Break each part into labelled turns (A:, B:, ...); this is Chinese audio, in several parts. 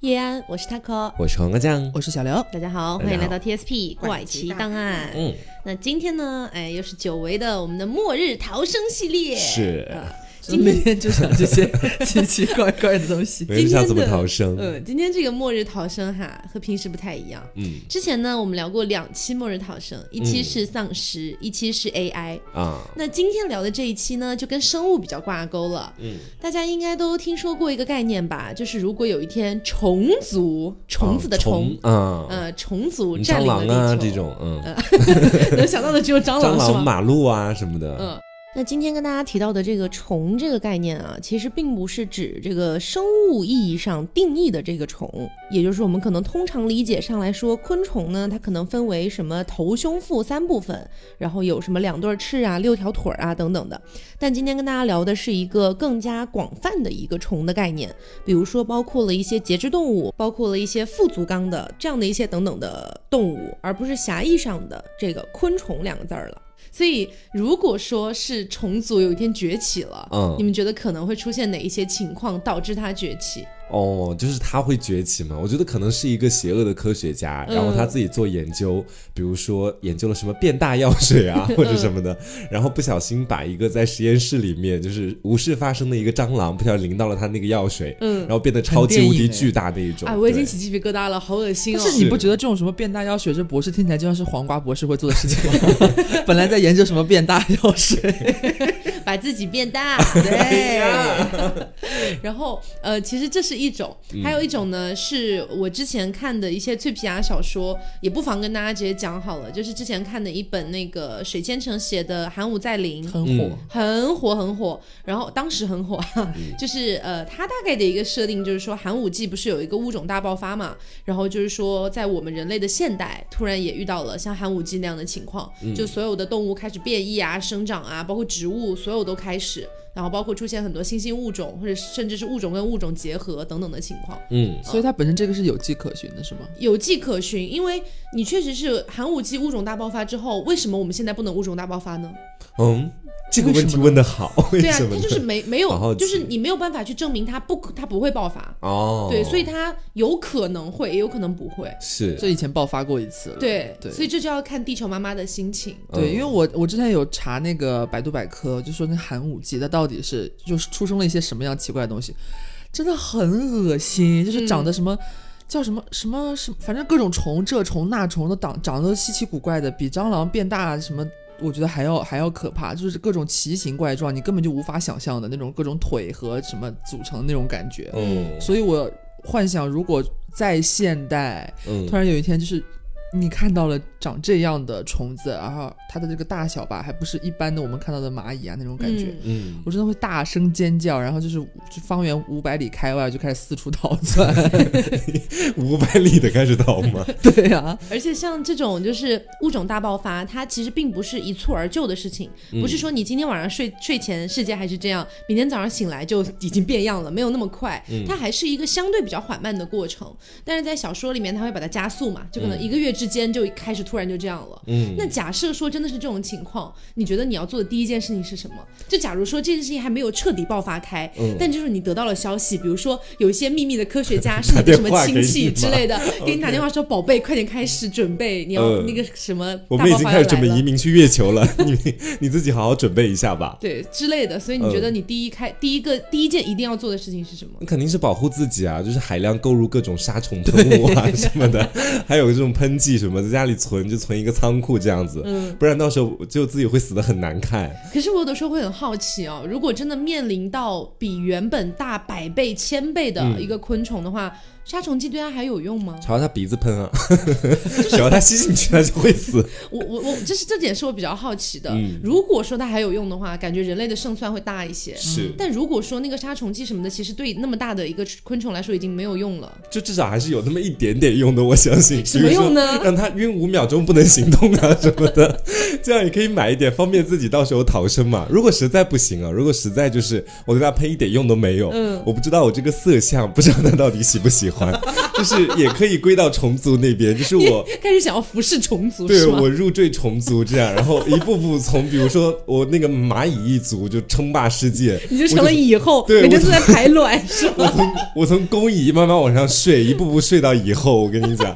A: 叶安，我是 Taco，
B: 我是黄瓜酱。
C: 我是小刘，
A: 大家好，
B: 大家好
A: 欢迎来到 TSP 怪
C: 怪
A: 奇
C: 奇
A: 档案。
B: 嗯，
A: 那今天呢，哎，又是久违的我们的末日逃生系列。
B: 是，
A: 啊
C: 今每天就想这些 奇奇怪怪的东西。
B: 没人想怎么逃生。
A: 嗯，今天这个末日逃生哈，和平时不太一样。
B: 嗯
A: 之前呢，我们聊过两期末日逃生，一期是丧尸，
B: 嗯
A: 一期是 AI。
B: 啊，
A: 那今天聊的这一期呢，就跟生物比较挂钩了。
B: 嗯，
A: 大家应该都听说过一个概念吧，就是如果有一天虫族，虫子的虫，
B: 啊，
A: 呃，虫族
B: 嗯
A: 占
B: 蟑
A: 领了
B: 螂
A: 地球，
B: 啊这种，嗯，
A: 能想到的只有蟑
B: 蟑
A: 螂是吗
B: 螂、？马路啊什么的。
A: 嗯，那今天跟大家提到的这个“虫”这个概念啊，其实并不是指这个生物意义上定义的这个虫，也就是我们可能通常理解上来说，昆虫呢，它可能分为什么头、胸、腹三部分，然后有什么两对翅啊、六条腿儿啊等等的。但今天跟大家聊的是一个更加广泛的一个虫的概念，比如说包括了一些节肢动物，包括了一些腹足纲的这样的一些等等的动物，而不是狭义上的这个昆虫两个字儿了。所以，如果说是虫族有一天崛起了，
B: 嗯
A: 你们觉得可能会出现哪一些情况导致它崛起？
B: 哦，就是他会崛起嘛？我觉得可能是一个邪恶的科学家，
A: 嗯
B: 然后他自己做研究，比如说研究了什么变大药水啊
A: 嗯
B: 或者什么的，然后不小心把一个在实验室里面就是无事发生的一个蟑螂，不小心淋到了他那个药水，
A: 嗯
B: 然后变得超级
C: 很电
B: 无
C: 影
B: 敌
C: 哎
B: 巨大那一种。
A: 哎，我已经
B: 对
A: 起鸡皮疙瘩了，好恶心
C: 但
A: 哦！
C: 是你不觉得这种什么变大药水，这博士听起来就像是黄瓜博士会做的事情 吗？本来在研究什么变大药水，
A: 把自己变大，
C: 对
A: 呀。然后呃，其实这是一种，还有一种呢，是我之前看的一些脆皮鸭小说，也不妨跟大家直接讲好了，就是之前看的一本那个水千成写的《寒武在林》，
C: 很火。
A: 很火很火，然后当时很火，啊，就是呃，它大概的一个设定就是说，寒武纪不是有一个物种大爆发嘛，然后就是说，在我们人类的现代，突然也遇到了像寒武纪那样的情况，
B: 嗯
A: 就所有的动物开始变异啊、生长啊，包括植物，所有都开始，然后包括出现很多新兴物种，或者甚至是物种跟物种结合等等的情况。
B: 嗯，
C: 所以它本身这个是有迹可循的，是吗？
A: 有迹可循，因为你确实是寒武纪物种大爆发之后，为什么我们现在不能物种大爆发呢？
B: 嗯，这个
C: 为
B: 问
C: 什
B: 题
C: 么呢
B: 问的好，为
A: 对啊
B: 什，么
A: 他
B: 呢？
A: 就是没没
B: 好好
A: 有，
B: 奇
A: 就是你没有办法去证明它不可，它不会爆发。
B: 哦，
A: 对，所以它有可能会，也有可能不会。
B: 是
C: 这以前爆发过一次了。
A: 对，
C: 对
A: 所以这就要看地球妈妈的心情。
C: 对，
B: 嗯
C: 因为我我之前有查那个百度百科，就说那寒武纪它到底是就是出生了一些什么样奇怪的东西，真的很恶心，就是
B: 嗯
C: 长得什么。叫什么什么什么，反正各种虫，这虫那虫的长长得稀奇古怪的，比蟑螂变大什么，我觉得还要还要可怕，就是各种奇形怪状，你根本就无法想象的那种各种腿和什么组成的那种感觉。
B: 嗯
C: 所以我幻想，如果在现代，
B: 嗯
C: 突然有一天，就是你看到了长这样的虫子，然后它的这个大小吧，还不是一般的我们看到的蚂蚁啊那种感觉。
A: 嗯
B: 嗯，
C: 我真的会大声尖叫，然后就是就方圆五百里开外就开始四处逃窜。
B: 五百里的开始逃吗？
C: 对呀、啊，
A: 而且像这种就是物种大爆发，它其实并不是一蹴而就的事情，
B: 嗯
A: 不是说你今天晚上睡睡前世界还是这样，明天早上醒来就已经变样了，没有那么快，
B: 嗯
A: 它还是一个相对比较缓慢的过程。但是在小说里面，它会把它加速嘛，就可能一个月之间就开始突然就这样了。
B: 嗯
A: 那假设说真的是这种情况，你觉得你要做的第一件事情是什么？就假如说这件事情还没有彻底爆发开，
B: 嗯
A: 但就是你得到了消息，比如说有一些秘密的科学 家是
B: 打
A: 你的什
B: 电
A: 么
B: 话
A: 亲
B: 给
A: 戚
B: 你
A: 之
B: 吗
A: 类的，给你打电话说宝贝，快点开始准备，你要
B: 嗯
A: 那个什么
B: 我
A: 大
B: 们已
A: 爆
B: 经
A: 发
B: 开
A: 要
B: 始准
A: 来
B: 备移
A: 了。
B: 民去月球了，你你自己好好准备一下吧。
A: 对之类的，所以你觉
B: 嗯
A: 得你第一开、第一个第一件一定要做的事情是什么？
B: 你肯定是保护自己啊，就是海量购入各种杀虫喷雾啊什么的，还有这种喷剂什么，在家里存就存一个仓库这样子，不然到时候就自己会死的很难看。
A: 可是我有的时候会很好奇哦，如果真的面临到比原本大百倍、千倍
B: 嗯
A: 的一个昆虫的话，杀虫剂对它还有用吗？
B: 朝他鼻子喷啊， 只要他吸进去他就会死。
A: 我我我，这是这点是我比较好奇的。
B: 嗯
A: 如果说它还有用的话，感觉人类的胜算会大一些。
B: 是，
A: 但如果说那个杀虫剂什么的，其实对那么大的一个昆虫来说已经没有用了。
B: 就至少还是有那么一点点用的，我相信。
A: 什么用呢
B: 比如说让他晕五秒钟不能行动啊什么的， 这样也可以买一点，方便自己到时候逃生嘛。如果实在不行啊，如果实在就是我对他喷一点用都没有，
A: 嗯
B: 我不知道我这个色相，不知道他到底喜不喜欢， 就是也可以归到虫族那边，就是我。
A: 开始想要服侍虫族
B: 对
A: 是吗？
B: 我入赘虫族这样，然后一步步从，比如说我那个蚂蚁一族就称霸 世界，
A: 你就成了以后
B: 对
A: 每
B: 我
A: 天
B: 就
A: 都在排卵 是
B: 我
A: 吗？
B: 从我从工蚁慢慢往上睡，一步步睡到以后，我跟你讲，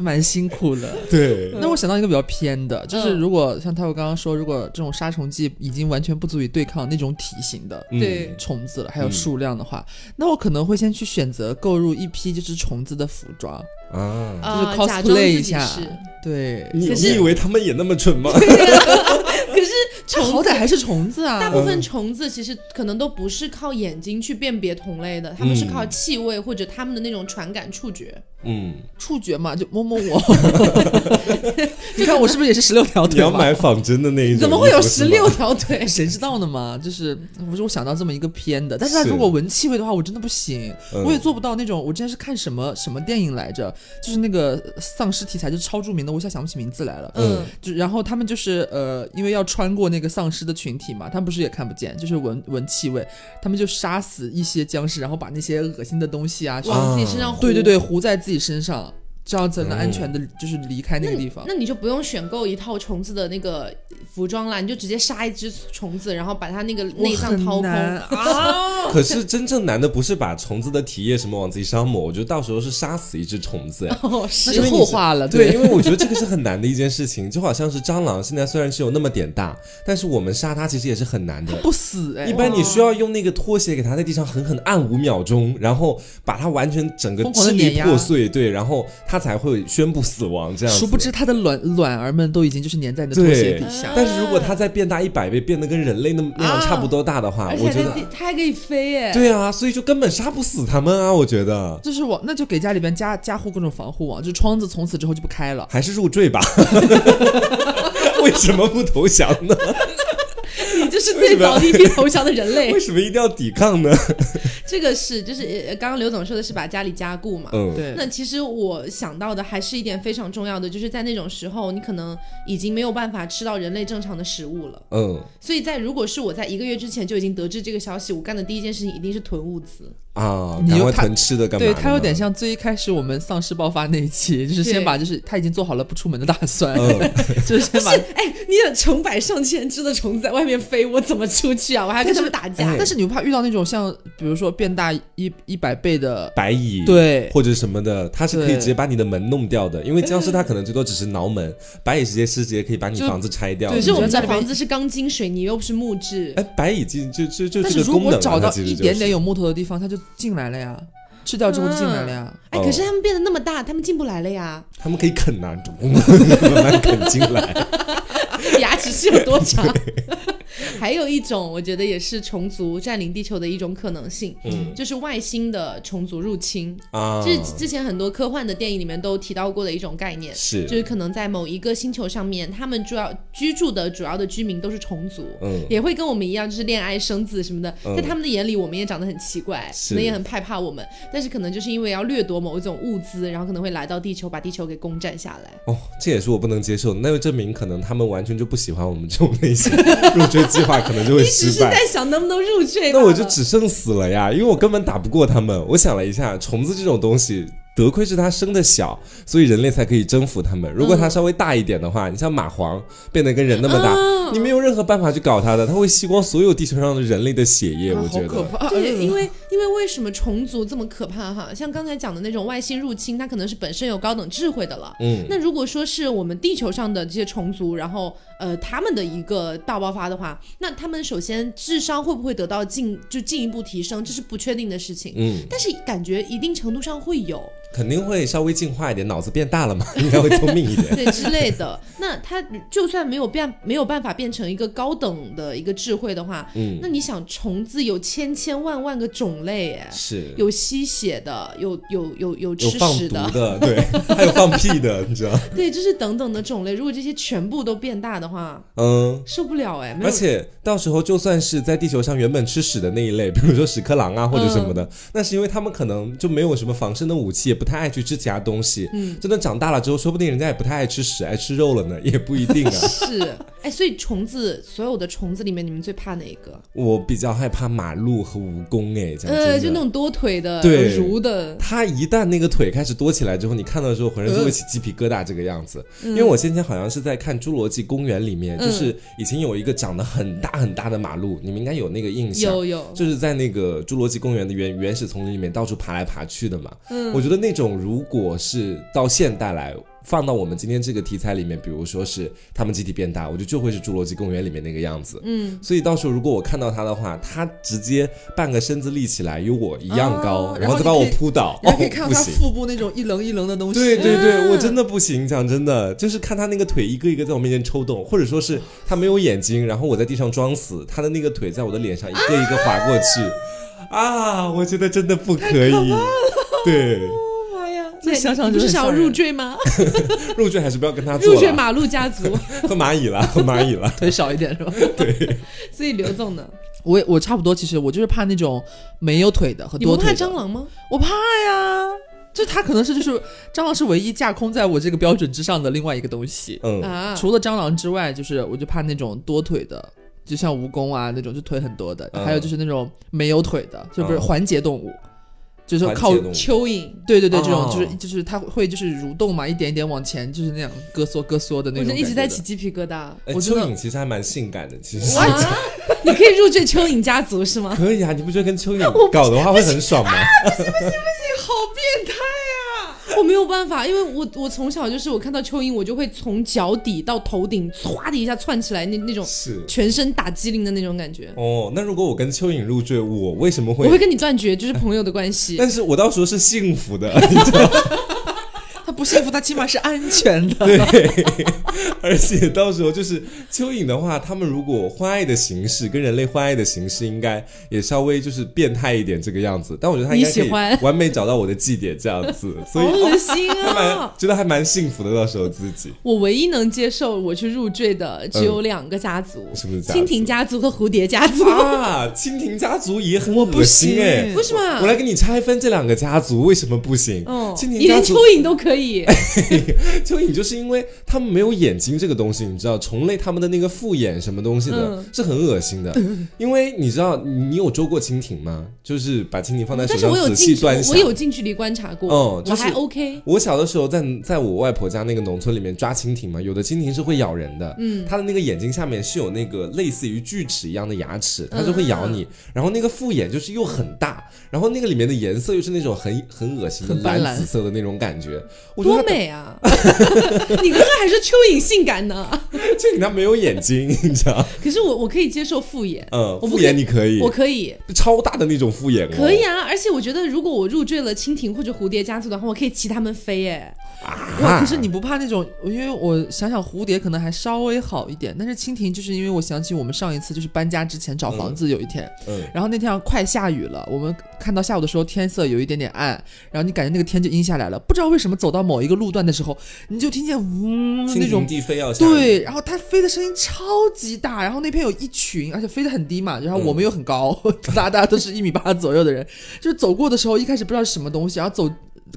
C: 蛮辛苦的。
B: 对，
C: 那我想到一个比较偏的，就是
A: 嗯
C: 如果像泰国刚刚说，如果这种杀虫剂已经完全不足以对抗那种体型的
B: 嗯
A: 对
C: 虫子了，还有
B: 嗯
C: 数量的话，那我可能会先去选择购入一批这只虫子的服装，
B: 啊，
A: 啊，
C: 就是
A: 假装自
C: cosplay 一
A: 己
C: 下
A: 是。
C: 对，
B: 你
A: 可
B: 你
A: 是
B: 以为他们也那么蠢 吗？
A: 可是
C: 这好歹还是虫子
A: 大
C: 啊。
A: 部分虫子其实可能都不是靠眼睛去辨别同类的，它们是
C: 嗯
A: 靠气味或者它们的那种传感触觉。
B: 嗯，
C: 触觉嘛，就摸摸我。你看我是不是也是十六 条
B: 你
C: 腿
B: 要
C: 嘛？
B: 买仿真的那一种，
A: 怎么会有
B: 你说是
A: 十
B: 吗
A: 六？条腿？
C: 谁知道呢嘛？就是不是我想到这么一个偏的，但是
B: 是
C: 他如果闻气味的话，我真的不行，
B: 嗯
C: 我也做不到那种。我之前是看什么什么电影来着，就是那个丧尸题材，就是超著名的，我一下想不起名字来了。
A: 嗯，
C: 就然后他们就是呃，因为要穿过那个丧尸的群体嘛，他们不是也看不见，就是闻闻气味，他们就杀死一些僵尸，然后把那些恶心的东西啊，就是
A: 往自己身上糊。
C: 对对对，糊在自己身上，这样才能安全的，就是离开那
A: 那
C: 个
A: 你
C: 地方。
A: 那你就不用选购一套虫子的那个服装啦，你就直接杀一只虫子，然后把它那个内脏掏
C: 我很
A: 空
C: 难
A: 啊！
B: 可是真正难的不是把虫子的体液什么往自己上抹，我觉得到时候是杀死一只虫子。哎
A: 哦，
C: 那
A: 是
C: 是后话了，
B: 对，因为我觉得这个是很难的一件事情，就好像是蟑螂，现在虽然是有那么点大，但是我们杀它其实也是很难的。
C: 不死哎、
B: 一般你需要用那个拖鞋给它在地上狠狠按五秒钟，然后把它完全整个
C: 疯狂地
B: 支
C: 碾
B: 离
C: 压
B: 破碎，对，然后它才会宣布死亡这样子。
C: 殊不知他的卵卵儿们都已经就是粘在你的拖鞋底下。
B: 但是如果它再变大一百倍，变得跟人类那么那样差不多大的
C: 啊
B: 话，
A: 而且
B: 我
A: 它
B: 觉得
A: 还它还可以飞哎！
B: 对啊，所以就根本杀不死他们啊！我觉得
C: 就是我，那就给家里边加加护各种防护网，就窗子从此之后就不开了。
B: 还是入赘 吧。为什么不投降呢？
A: 你
C: 啊
A: 就是最早一批投降的人类
B: 为。什么一定要抵抗呢？
A: 这个是就是呃刚刚刘总说的是把家里加固嘛，
B: 嗯，
C: 对，
A: 那其实我想到的还是一点非常重要的，就是在那种时候，你可能已经没有办法吃到人类正常的食物了。
B: 嗯
A: 所以在如果是我在一个月之前就已经得知这个消息，我干的第一件事情一定是囤物资。
B: 啊，
C: 你
B: 赶
C: 又
B: 快
C: 他
B: 囤吃的干嘛呢？
C: 对，它有点像最一开始我们丧尸爆发那一期，就是
A: 对
C: 先把就是他已经做好了不出门的打算，
B: 嗯
C: 就是先把。
A: 哎，你有成百上千只的虫子在外面飞，我怎么出去啊？我还要跟他们打架。
B: 哎
C: 但是你不怕遇到那种像比如说变大一一百倍的，
B: 白蚁，
C: 对，
B: 或者什么的，它是可以
C: 对
B: 直接把你的门弄掉的，因为僵尸它可能最多只是挠门，白蚁直接是直接可以把你
C: 就
B: 房子拆掉。
C: 对
A: 可
B: 你
A: 是
B: 知道
A: 我们
B: 吗
A: 的房子是钢筋水泥，又不是木质
B: 哎，，白蚁进就就就
C: 哎但
B: 这
C: 是
B: 个
C: 如
B: 功能
C: 果
B: 啊，
C: 找
B: 它
C: 到
B: 其实
C: 一
B: 就
C: 点
B: 是
C: 点有木头的地方，它就进来了呀，吃掉之后就进来了呀。啊
A: 哎，可是他们变得那么大，他们进不来了呀，
B: 他们可以啃啊，咚 慢慢啃进 来。
A: 牙齿是有多长？ 还有一种，我觉得也是虫族占领地球的一种可能性，
B: 嗯
A: 就是外星的虫族入侵。
B: 啊，
A: 这是之前很多科幻的电影里面都提到过的一种概念，
B: 是
A: 就是可能在某一个星球上面，他们主要居住的主要的居民都是虫族。
B: 嗯
A: 也会跟我们一样，就是恋爱生子什么的，
B: 嗯
A: 在他们的眼里，我们也长得很奇怪，
B: 是
A: 可能也很害怕我们，但是可能就是因为要掠夺某一种物资，然后可能会来到地球，把地球给攻占下来。
B: 哦，这也是我不能接受的，那就证明可能他们完全就不喜欢我们这种类型，入赘计划可能就会
A: 你只
B: 失
A: 是
B: 败。
A: 在想能不能入赘罢
B: 那
A: 了，
B: 我就只剩死了呀，因为我根本打不过他们。我想了一下，虫子这种东西，得亏是它生的小，所以人类才可以征服它们。如果它稍微大一点的话，你像蚂蟥变得跟人那么大，
A: 嗯
B: 你没有任何办法去搞它的，它会吸光所有地球上的人类的血液。
C: 啊
B: 我
C: 好
B: 觉
C: 可
B: 得，
C: 怕！
A: 对，因
C: 为
A: 为因为为什么虫族这么可怕哈？像刚才讲的那种外星入侵，它可能是本身有高等智慧的了。
B: 嗯，
A: 那如果说是我们地球上的这些虫族，然后呃他们的一个大爆发的话，那他们首先智商会不会得到进就进一步提升，这是不确定的事情。
B: 嗯，
A: 但是感觉一定程度上会 有
B: 肯定会稍微进化一点，脑子变大 了嘛，应该会聪明一点。
A: 对之类的。那他就算没有变，没有办法变成一个高等的一个智慧的话，
B: 嗯，
A: 那你想虫子有千千万万个种类哎，
B: 是
A: 有吸血的，有有有有
B: 有
A: 吃
B: 放
A: 屎
B: 毒
A: 的，
B: 的，对， 还有放屁的，你知 道，
A: 对，就是等等的种类。如果这些全部都变大的话，
B: 嗯。
A: 受不了哎，没
B: 而
A: 有
B: 且到时候就算是在地球上原本嗯吃屎的那一类，比如说屎壳郎啊或者什么的，那是因为他们可能就没有什么防身的武器，也不太爱去吃其他东西。
A: 嗯，
B: 真的长大了之后，说不定人家也不太爱吃屎，爱吃肉了呢，也不一定啊。
C: 是
A: 哎，所以虫子所有的虫子里面，你们最怕哪一个？
B: 我比较害怕马路和蜈蚣，哎，讲真的。
A: 呃，就那种多腿的、
B: 对
A: 蠕的，
B: 它一旦那个腿开始多起来之后，你看到的时候浑身就会起鸡皮疙瘩这个样子。因为我先前好像是在看《侏罗纪公园》里面，
A: 嗯
B: 就是以前有一个长得很大很大的马路，你们应该有那个印象。
A: 有有，
B: 就是在那个侏罗纪公园的原原始丛林里面到处爬来爬去的嘛。
A: 嗯
B: 我觉得那种如果是到现代来。放到我们今天这个题材里面，比如说是他们集体变大，我觉得就会是侏罗纪公园里面那个样子。
A: 嗯，
B: 所以到时候如果我看到他的话，他直接半个身子立起来，有我一样高，
C: 啊
B: 然后再
C: 然
B: 把
C: 后
B: 我
C: 你可以
B: 扑倒，
C: 然后
B: 哦
C: 可以看，
B: 不
C: 到他
B: 行。
C: 腹部那种一棱一棱的东西。
B: 对对对，
A: 嗯
B: 我真的不行，讲真的，就是看他那个腿一个一个在我面前抽动，或者说是他没有眼睛，然后我在地上装死，他的那个腿在我的脸上一个一个划过去，啊，我觉得真的不可 以。
C: 啊
B: 对，
A: 妈呀，
C: 这想想
A: 你
C: 就
A: 不是
C: 很
A: 想要
C: 吓
A: 入
C: 人
A: 赘吗？
B: 入赘还是不要 跟他
A: 入
B: 做
A: 赘
B: 了，
A: 马路家族，
B: 和蚂蚁了，和蚂蚁了。
C: 腿少一点是吧？
A: 所以刘总呢？
C: 我也我差不多，其实我就是怕那种没有腿的和
A: 你不
C: 多
A: 怕
C: 腿的。
A: 蟑螂吗？
C: 我怕呀，就它可能是就是蟑螂是唯一架空在我这个标准之上的另外一个东西。
B: 嗯，
A: 啊，
C: 除了蟑螂之外，就是我就怕那种多腿的，就像蜈蚣啊那种，就腿很多的，
B: 嗯
C: 还有就是那种没有腿的，就不是
B: 嗯
C: 环节动物，就是
B: 环节
C: 靠。
B: 动物
A: 蚯蚓，
C: 对对对，这种
B: 哦
C: 就是就是它会就是蠕动嘛，一点一点往前，就是那样咯缩咯缩的那
A: 我就
C: 种感觉的。
A: 一直在起鸡皮疙瘩。
B: 哎
C: 我
B: 蚯
C: 真的
B: 蚓其实还蛮性感的，其实。
A: 啊， 你可以入赘蚯蚓家族是吗？
B: 可以啊，你不觉得跟蚯 蚓搞的话会很爽吗？
A: 好变态啊呀、我没有办法，因为我我从小就是我看到蚯蚓，我就会从脚底到头顶唰的一下窜起来，那那种
B: 是
A: 全身打激灵的那种感觉。
B: 哦，那如果我跟蚯蚓入赘，我为什么
A: 我会跟你断绝，就是朋友的关系。
B: 但是我到时候是幸福的，
C: 它不幸福，它起码是安全 的。
B: 而且到时候就是蚯蚓的话，他们如果欢爱的形式跟人类欢爱的形式，应该也稍微就是变态一点这个样子。但我觉得他应该可
A: 你喜欢
B: 以完美找到我的绩点这样子，所以
A: 好恶心
B: 还蛮
A: 啊！
B: 觉得还蛮幸福的。到时候自 己
A: 我唯一能接受我去入赘的只有两个家族，
B: 是不是这样
A: 蜻蜓家族和蝴蝶家族。
B: 啊，蜻蜓家族也很恶心
C: 我不
B: 哎、
C: 信
A: 为什么？
B: 我来给你拆分这两个家族，为什么不行？
A: 嗯，
B: 蜻蜓
A: 你
B: 家
A: 连蚯
B: 族哎
A: 蚓都可以， 嗯
B: 蚯蚓就是因为它们没有眼睛这个东西，你知道，虫类它们的那个复眼什么东西的、
A: 嗯
B: 是很恶心的，因为你知道，你有捉过蜻蜓吗？就是把蜻蜓放在手
A: 但是
B: 上
A: 我有
B: 仔
A: 近
B: 细
A: 距，
B: 端详
A: 我。有近距离观察过，
B: 嗯就是
A: 我还 OK。
B: 我小的时候在在我外婆家那个农村里面抓蜻蜓嘛，有的蜻蜓是会咬人的，
A: 嗯
B: 它的那个眼睛下面是有那个类似于锯齿一样的牙齿，它
A: 嗯
B: 就会咬你。然后那个复眼就是又很大，然后那个里面的颜色又是那种很很恶心的
C: 很斑斓
B: 蓝紫色的那种感觉，我觉得
A: 多
B: 它
A: 美啊！ 你刚刚还说蚯蚓性感呢，
B: 蜻蜓它没有眼睛， 你知道。
A: 可是我我可以接受复眼，
B: 嗯，
A: 不
B: 复
A: 可
B: 眼你可以，
A: 我可以。
B: 超大的那种复眼、哦，
A: 可以啊，而且我觉得，如果我入赘了蜻蜓或者蝴蝶家族的话，我可以骑它们飞，哎，
C: 哇，
B: 啊。
C: 可是你不怕那种？因为我想想，蝴蝶可能还稍微好一点，但是蜻蜓就是因为我想起我们上一次就是搬家之前找房子有一天，
B: 嗯
C: 然后那天快下雨了，我们看到下午的时候天色有一点点暗，然后你感觉那个天就阴下来了，不知道为什么走到某一个路段的时候，你就听见嗡
B: 蜻
C: 那
B: 蜓
C: 种。
B: 地非要下雨
C: 对，，然后它飞的声音超级大，然后那边有一群，而且飞得很低嘛，然后我们又很高， 大家大家都是一米八左右的人，就是走过的时候一开始不知道是什么东西，然后走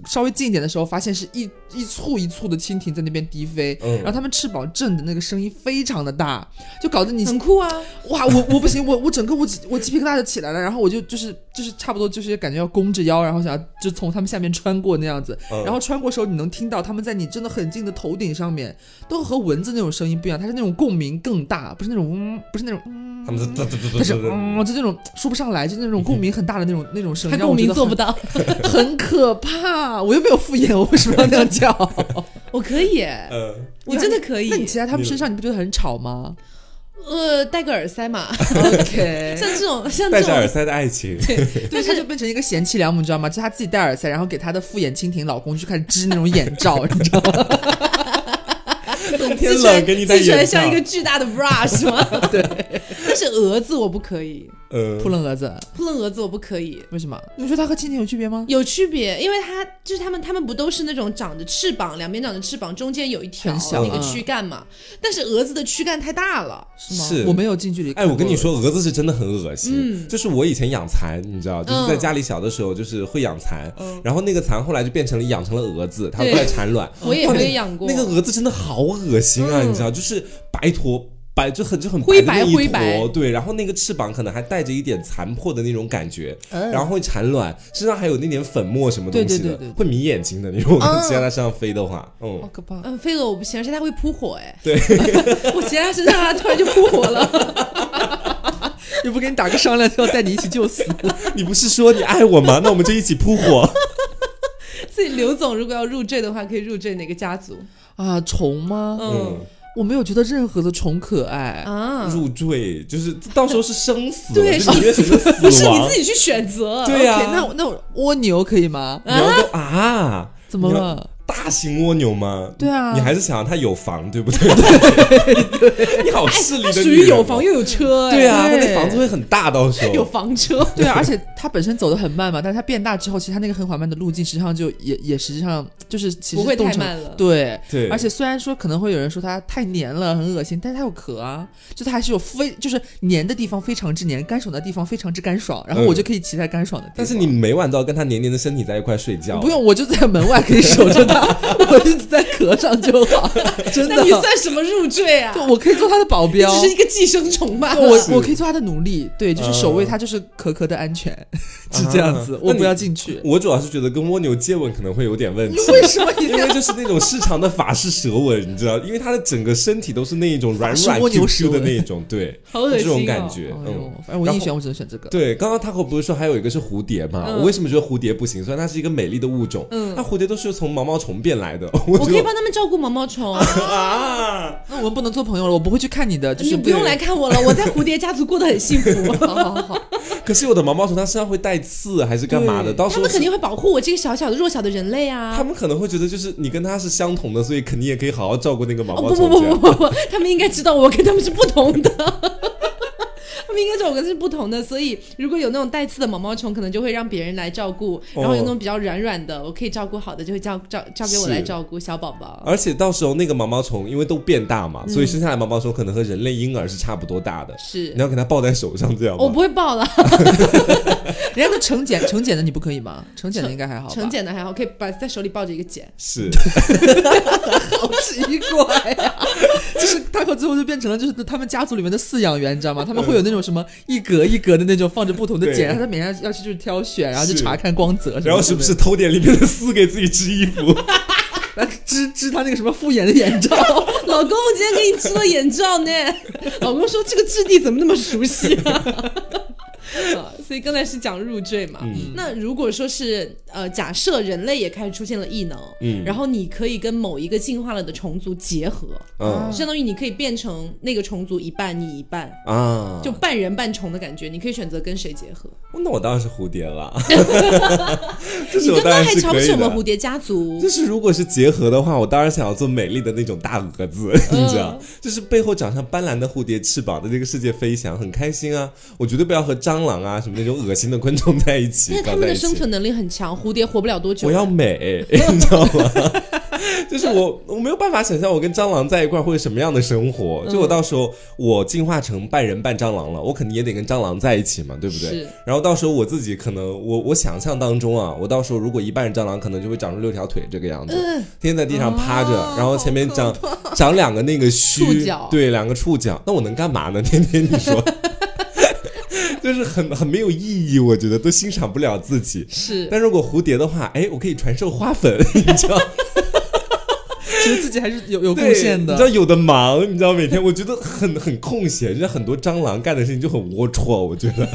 C: 稍微近一点的时候，发现是一一簇一簇的蜻蜓在那边低飞，
B: 嗯
C: 然后它们翅膀震的那个声音非常的大，就搞得你
A: 很酷啊！
C: 哇，我我不行，我我整个我鸡我鸡皮疙瘩就起来了，然后我就就是就是差不多就是感觉要弓着腰，然后想要就从他们下面穿过那样子，
B: 嗯
C: 然后穿过时候你能听到他们在你真的很近的头顶上面，都和蚊子那种声音不一样，它是那种共鸣更大，不是那种嗡，不是那种嗯，
B: 他们是嘟嘟嘟嘟
C: 它是
B: 嘟嘟，
C: 嗯，就那种说不上来，就那种共鸣很大的那种那种声
A: 它
C: 音，
A: 共鸣做不
C: 到，
A: 到，
C: 很可怕。我又没有敷衍，我为什么要那 样叫？
A: 我可以哎，
B: 呃，
A: 我真的可以
C: 那。你骑在他们身上，你不觉得很吵 吗
A: 呃，戴个耳塞嘛，
C: ？OK，
A: 像这 种像这
B: 戴着耳
A: 种，
B: 塞的爱情，
C: 对，他就变成一个贤妻良母，你知道吗？就他自己戴耳塞，然后给他的复眼蜻蜓老公就开始织那种眼罩， 你知道吗？
B: 冬
A: 自
B: 天
A: 己
B: 冷给你戴
A: 自己
B: 眼
A: 像一
B: 罩
A: 个，巨大的 bra 是吗？对。但是蛾子我不可以，
B: 呃，
C: 扑棱蛾子，
A: 扑棱蛾子我不可以。
C: 为什么？你觉得它和蜻蜓有区别吗？
A: 有区别，因为它就是它们，它们不都是那种长着翅膀，两边长着翅膀，中间有一条
C: 很小
A: 那个
C: 嗯
A: 躯干嘛。但是蛾子的躯干太大了，
C: 是吗？
B: 是
C: 我没有近距离。
B: 哎，我跟你，说，蛾子是真的很恶心。就是我以前养蚕，你知道，就是在
A: 嗯
B: 家里小的时候，就是会养蚕，
C: 嗯
B: 然后那个蚕后来就变成了养成了蛾子，它会
A: 对
B: 来产卵。
A: 我也
B: 哇
A: 没养过
B: 那个蛾子真的好恶心啊，
A: 嗯
B: 你知道，就是白坨。白就很就很
A: 灰
B: 白的那
A: 白
B: 一
A: 灰白
B: 坨，对，然后那个翅膀可能还带着一点残破的那种感觉，
A: 哎
B: 然后会产卵，身上还有那点粉末什么东西的，
C: 对对对对对
B: 会迷眼睛的。你如果
A: 嗯
B: 骑在它身上飞的话，嗯
C: 好，可怕。
A: 嗯，飞蛾我不行，而且它会扑火哎。对， 我骑在它身上，它突然就扑火了。
C: 又不跟你打个商量，就要带你一起救死。
B: 你不是说你爱我吗？那我们就一起扑火。
A: 所以刘总如果要入赘的话，可以入赘哪个家族？
C: 啊，虫吗？
A: 嗯
B: 嗯，
C: 我没有觉得任何的虫可爱。
A: 啊，
B: 入赘就是到时候是生死，
A: 对
B: 就里面成
A: 不
B: 了
A: 是
B: 死
A: 你
B: 亡
A: 自。己去选择。
B: 对呀
C: OK，那我那我蜗牛可以吗？
B: 你要跟啊，
C: 怎么了？
B: 大型蜗牛吗？
C: 对啊
B: 你还是想让它有房，对不对？你好势利
A: 它
B: 的
A: 属
B: 女
A: 于
B: 人
A: 有
B: 哦
A: 房又有车哎。
B: 对啊，它
C: 对
B: 那房子会很大，到时
A: 有
B: 候
A: 房车。
C: 对啊，而且它本身走得很慢嘛，但是它变大之后，其实它那个很缓慢的路径，实际上就也也实际上就是其实
A: 不会
C: 动
A: 太
C: 成
A: 慢了
C: 对
B: 对
C: 而且虽然说可能会有人说它太粘了，很恶心，但是它有壳啊，就它还是有非就是粘的地方非常之粘，干爽的地方非常之干爽，然后
B: 嗯
C: 我就可以骑在干爽的地方。
B: 但是你每晚都要跟它黏黏的身体在一块睡觉，
C: 不用，我就在门外可以守着它， 我就在壳上就好，真
A: 那
C: 的
A: 你。算什么入赘啊？
C: 就我可以做它的保
A: 你
C: 镖，
A: 只是一个寄生虫吧？
C: 对啊
B: 是
C: 我我可以做他的奴隶，对，就是守卫
B: 嗯
C: 他就是可可的安全， 是这样子，
B: 啊
C: 我
B: 那你
C: 不要进去。
B: 我主要是觉得跟蜗牛接吻可能会有点问题。
C: 为什么一
B: 因
C: 定要
B: 为就是那种市场的法式舌吻，你知道，因为它的整个身体都是那一种软
C: 法式
B: 软
C: 蜗牛
B: Q
C: 舌
B: Q
C: 吻
B: 的那种，对，
A: 好恶心哦
B: 这种感觉，
C: 哎呦
B: 嗯，，
C: 反正我
B: 然后
C: 硬选，我只能选这个。
B: 对，刚刚 Taco 不是说还有一个是蝴蝶吗？
A: 嗯
B: 我为什么觉得蝴蝶不行？虽然它是一个美丽的物种，
A: 嗯
B: 那蝴蝶都是从毛毛虫变来的，
A: 我
B: 我啊
A: 可以
B: 就
A: 帮他们照顾毛毛虫，
B: 啊，
C: 那我们不能做朋友了，我不会去看你的，就是
A: 你不用来。看我了，我在蝴蝶家族过得很幸福。
C: 好好好，
B: 可是有的毛毛虫它身上会带刺还是干嘛的，
C: 对
B: 到时
A: 他
B: 候
A: 们肯
B: 是。
A: 定会保护我这个小小的弱小的人类啊
B: 他！们可能会觉得，就是你跟它是相同的，所以肯定也可以好好照顾那个毛
A: 哦
B: 毛
A: 不
B: 虫。
A: 不不
B: 这
A: 不
B: 样
A: 不不， 他们应该知道我跟他们是不同的。 他们应该知道我跟他是不同的，所以如果有那种带刺的毛毛虫，可能就会让别人来照顾；然后有那种比较软软的，我可以照顾好的，就会交交交给我来
B: 是
A: 照顾小宝宝。
B: 而且到时候那个毛毛虫因为都变大嘛，所以生下来毛毛虫可能和人类婴儿是差不多大的。
A: 嗯是
B: 你，要给它抱在手上这样
A: 我
B: 吗？
A: 不会抱了，
C: 人家都成茧，成茧的你不可以吗？成茧的应该还好吧？
A: 成茧的还好，可以把在手里抱着一个茧。
B: 是，
C: 好 奇怪呀、就是他和最后就变成了就是他们家族里面的饲养员，你知道吗？他们会有那种什么一格一格的那种放着不同的
B: 对
C: 茧，他每天要去就是挑选，然后去
B: 是
C: 查看光泽什么之类的，
B: 然后是不是偷点里面的丝给自己织 衣服？
C: 来织织他那个什么复眼的眼罩？
A: 老公，我今天给你织了眼罩呢。老公说这个质地怎么那么熟悉啊？啊所以刚才是讲入赘嘛，
B: 嗯
A: 那如果说是呃，假设人类也开始出现了异能，
B: 嗯
A: 然后你可以跟某一个进化了的虫族结合，
B: 嗯
A: 相当于你可以变成那个虫族一半，你一半，
B: 啊，
A: 就半人半虫的感觉。你可以选择跟谁结合。
B: 哦那我当然是蝴 蝶了。这
A: 你
B: 是我
A: 刚刚
B: 当然
A: 还
B: 是
A: 瞧不
B: 可以
A: 起我们蝴
B: 的。
A: 蝶家族
B: 就，是如果是结合的话，我当然想要做美丽的那种大蛾子，
A: 嗯
B: 你知道，就是背后长上斑斓的蝴蝶翅膀，在这个世界飞翔，很开心啊！我绝对不要和蟑螂啊什么那种恶心的昆虫在一起
A: 但是，
B: 搞
A: 他们
B: 在
A: 的
B: 一起
A: 生。存能力很强，蝴蝶活不了多久。
B: 我 要美，你知道吗？就是我，我没有办法想象我跟蟑螂在一块儿会是什么样的生
A: 嗯
B: 活。就我到时候我进化成半人半蟑螂了，我肯定也得跟蟑螂在一起嘛，对不对
A: 是？
B: 然后到时候我自己可能，我我想象当中啊，我到时候如果一半是蟑螂，可能就会长出六条腿这个样子，
A: 嗯
B: 天天在地上趴着，
C: 哦
B: 然后前面长长两个那个
A: 触
B: 须
A: 角，
B: 对，两个触角，那我能干嘛呢？天天 你说。就是很很没有意义，我觉得都欣赏不了自己。
A: 是
B: 但如果蝴蝶的话，哎，我可以传授花粉， 你 知道，
C: 觉得自己还是有有
B: 对
C: 贡献的
B: 你知道。有的忙，你知道每天我觉得很很空闲，人家很多蟑螂干的事情就很龌龊，我觉 得，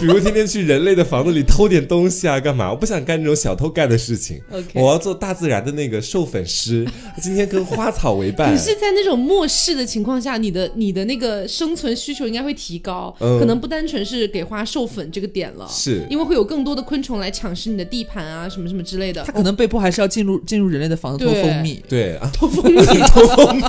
B: 比如天天去人类的房子里偷点东西啊，干嘛？我不想干这种小偷干的事情
A: OK
B: 我要做大自然的那个授 粉师，今天跟花草为伴
A: 可。是，在那种末世的情况下，你的你的那个生存需求应该会提高，
B: 嗯
A: 可能不单纯是给花授粉这个点了，
B: 是
A: 因为会有更多的昆虫来抢食你的地盘啊，什么什么之 类的
C: 他。可能被迫还是要进入进入人类的房子偷
A: 对
C: 蜂蜜。
B: 对啊，
A: 偷蜂蜜，
B: 偷蜂蜜，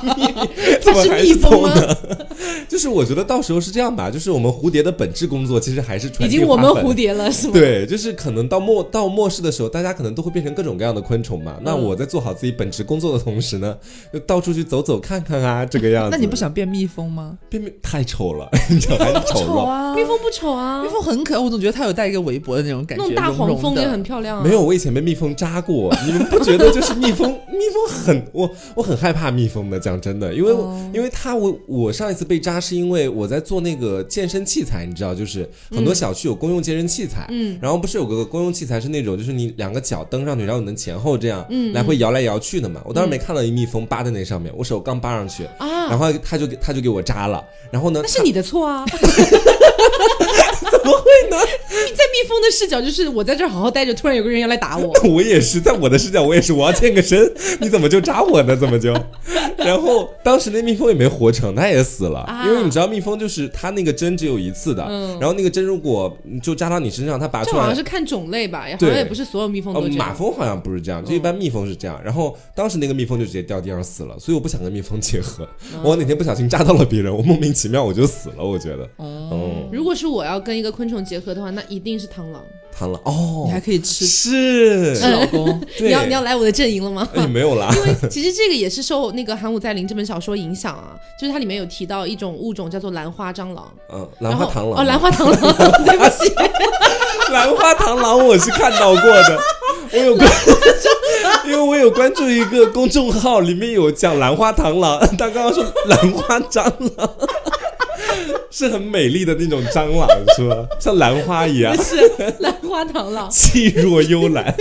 A: 它
B: 怎么
A: 是
B: 还
A: 蜜蜂
B: 偷
A: 吗
B: 呢？ 就是我觉得到时候是这样吧，就是我们蝴蝶的本质工作其实还是
A: 已
B: 传递
A: 经我们
B: 花粉
A: 蝴蝶了，是吗？
B: 对，就是可能到末到末世的时候，大家可能都会变成各种各样的昆虫嘛。那
A: 嗯
B: 我在做好自己本职工作的同时呢，就到处去走走看看啊，这个样子。
C: 那你不想变蜜蜂吗？
B: 变变太丑了， 你知道还是 丑
C: 丑
B: 陋。
C: 啊，
A: 蜜蜂不丑啊
C: 蜜，蜂很可爱，我总觉得它有带一个围脖的那种感觉，
A: 弄大黄蜂
C: 绒绒的
A: 也很漂亮啊。
B: 没有，我以前被蜜蜂扎过， 你们不觉得就是蜜蜂？ 蜜蜂很我我很害怕蜜蜂的，讲真的，因为、我
C: 哦
B: 因为它我我上一次被扎是因为我在做那个健身器材，你知道，就是很多小区有公用健身器材，
A: 嗯，
B: 然后不是有个公用器材是那种，就是你两个脚蹬上去，然后你能前后这样
A: 嗯
B: 来回摇来摇去的嘛。我当时没看到一蜜蜂扒在那上面，我手刚扒上去，
A: 啊
B: 然，后它就给它就给我扎了。然后呢
A: 那，是你的错 啊！ 怎么会呢？在蜜蜂的视角，就是我在这儿好好待着，突然有个人要来打 我。
B: 我也是在我的视角，我也是我要健个身， 你怎么就扎我呢？怎么就？ 然后当时那蜜蜂也没活成，它也死了，
A: 啊
B: 因为你知道蜜蜂就是它那个针只有一次的，
A: 嗯
B: 然后那个针如果就扎到你身上，它拔
A: 这
B: 出
A: 好
B: 来
A: 像是看种类吧，好像
B: 对
A: 也不是所有蜜蜂嗯
B: 哦
A: 都，这
B: 马
A: 样。
B: 蜂好像不是这样，就一般蜜蜂是这样。然后当时那个蜜蜂就直接掉地上死了，所以我不想跟蜜蜂结合。
A: 嗯
B: 我哪天不小心扎到了别人，我莫名其妙我就死了，我觉得。嗯
C: 哦，
A: 如果是我要跟一个昆虫结合的话，那一定是螳螂。
B: 贪了哦，
C: 你还可以吃
B: 是
C: 吃老 公，
A: 嗯你
B: 对，
A: 要你要来我的阵营了吗？
B: 哎没有啦，
A: 因为 其实这个也是受那个《寒武在林》这本小说影响啊，就是它里面有提到一种物种叫做兰花蟑螂，
B: 嗯，兰花
A: 然
B: 螳
A: 后
B: 螂
A: 哦，兰花螳螂，对不起，
B: 兰花螳螂我是看到过的，我有关，因为我有关注一个公众号，里面有讲兰花螳螂，他刚刚说兰花蟑螂。是很美丽的那种蟑螂，是吧？像兰花一样
A: 不，是兰花螳螂，
B: 气若幽兰。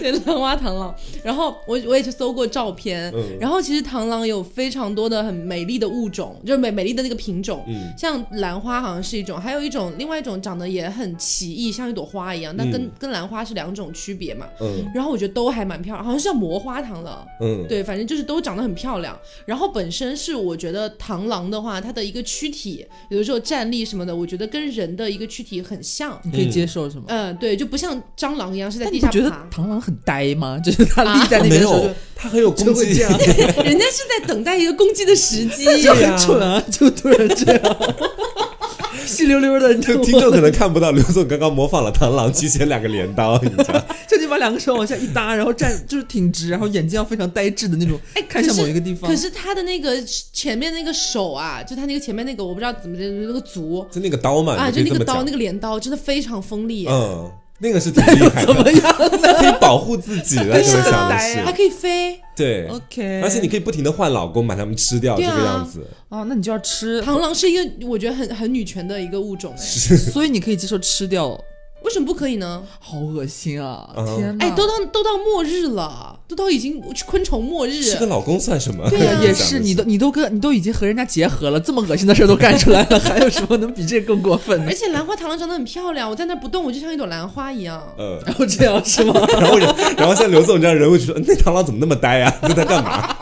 A: 对，兰花螳螂。 然后我我也去搜过照片，
B: 嗯
A: 然后其实螳螂有非常多的很美丽的物种，就是美美丽的那个品种。
B: 嗯
A: 像兰花好像是一种，还有一种另外一种长得也很奇异，像一朵花一样，但跟、
B: 嗯
A: 跟兰花是两种区别嘛。
B: 嗯
A: 然后我觉得都还蛮漂亮，好像是叫魔花螳螂，
B: 嗯，
A: 对，反正就是都长得很漂亮。然后本身是我觉得螳螂的话，它的一个躯体，有的时候站立什么的，我觉得跟人的一个躯体很像。
C: 你可以接受是吗？
A: 嗯、对，就不像蟑螂一样是在
C: 但
A: 地
C: 你不
A: 下
C: 觉得
A: 爬。
C: 螳螂很呆吗？ 就是它立在
B: 哦
C: 那
B: 没
C: 边的时候
B: 有
C: 就，
B: 它很有攻
C: 就
B: 击
C: 会
B: 性
C: 这。样
A: 人家是在等待一个攻击的时 机。
C: 就很蠢啊，就突然这样， 细溜溜的，你
B: 就
C: 就
B: 听众可能看不到，刘总刚刚模仿了螳螂提前两个镰刀，你知道？
C: 就你把两个手往下一搭，然后站就是挺直，然后眼睛要非常呆滞的那种，哎，看向某一个地方。
A: 可是他的那个前面那个手啊，就他那个前面那个，我不知道怎么的那个足
B: 就那个刀嘛，
A: 啊，
B: 你
A: 就
B: 可以
A: 那
B: 这
A: 个
B: 么
A: 刀
B: 讲
A: 那。个镰刀，真的非常锋利。
B: 嗯，那个是挺厉害的
C: 怎。么样
B: 可以保护自己的，
C: 对
B: 这么想的
C: 啊
A: 还
B: 是，
A: 可以飞，
B: 对。
C: ？OK，
B: 而且你可以不停的换老公，把他们吃掉，这
A: 对啊
B: 个样子。
C: 哦，那你就要 吃，
A: 螳螂是一个我觉得很很女权的一个物种哎，
C: 所以你可以接受吃掉，
A: 为什么不可以呢？
C: 好恶心啊！
B: 嗯
C: 天哪，
A: 哎，都到都到末日了，都到已经昆虫末日
B: 吃，个老公算什么？
A: 对啊
C: 也是，你都你都跟你都已经和人家结合了，这么恶心的事儿都干出来了， 还有什么能比这更过分的
A: 而？且兰花螳螂长得很漂亮，我在那儿不动，我就像一朵兰花一 样。
B: 呃，
C: 然后这样是吗？
B: 然后人，然后像刘总这样人会说，那螳螂怎么那么呆啊？
C: 哦
B: 那在干嘛？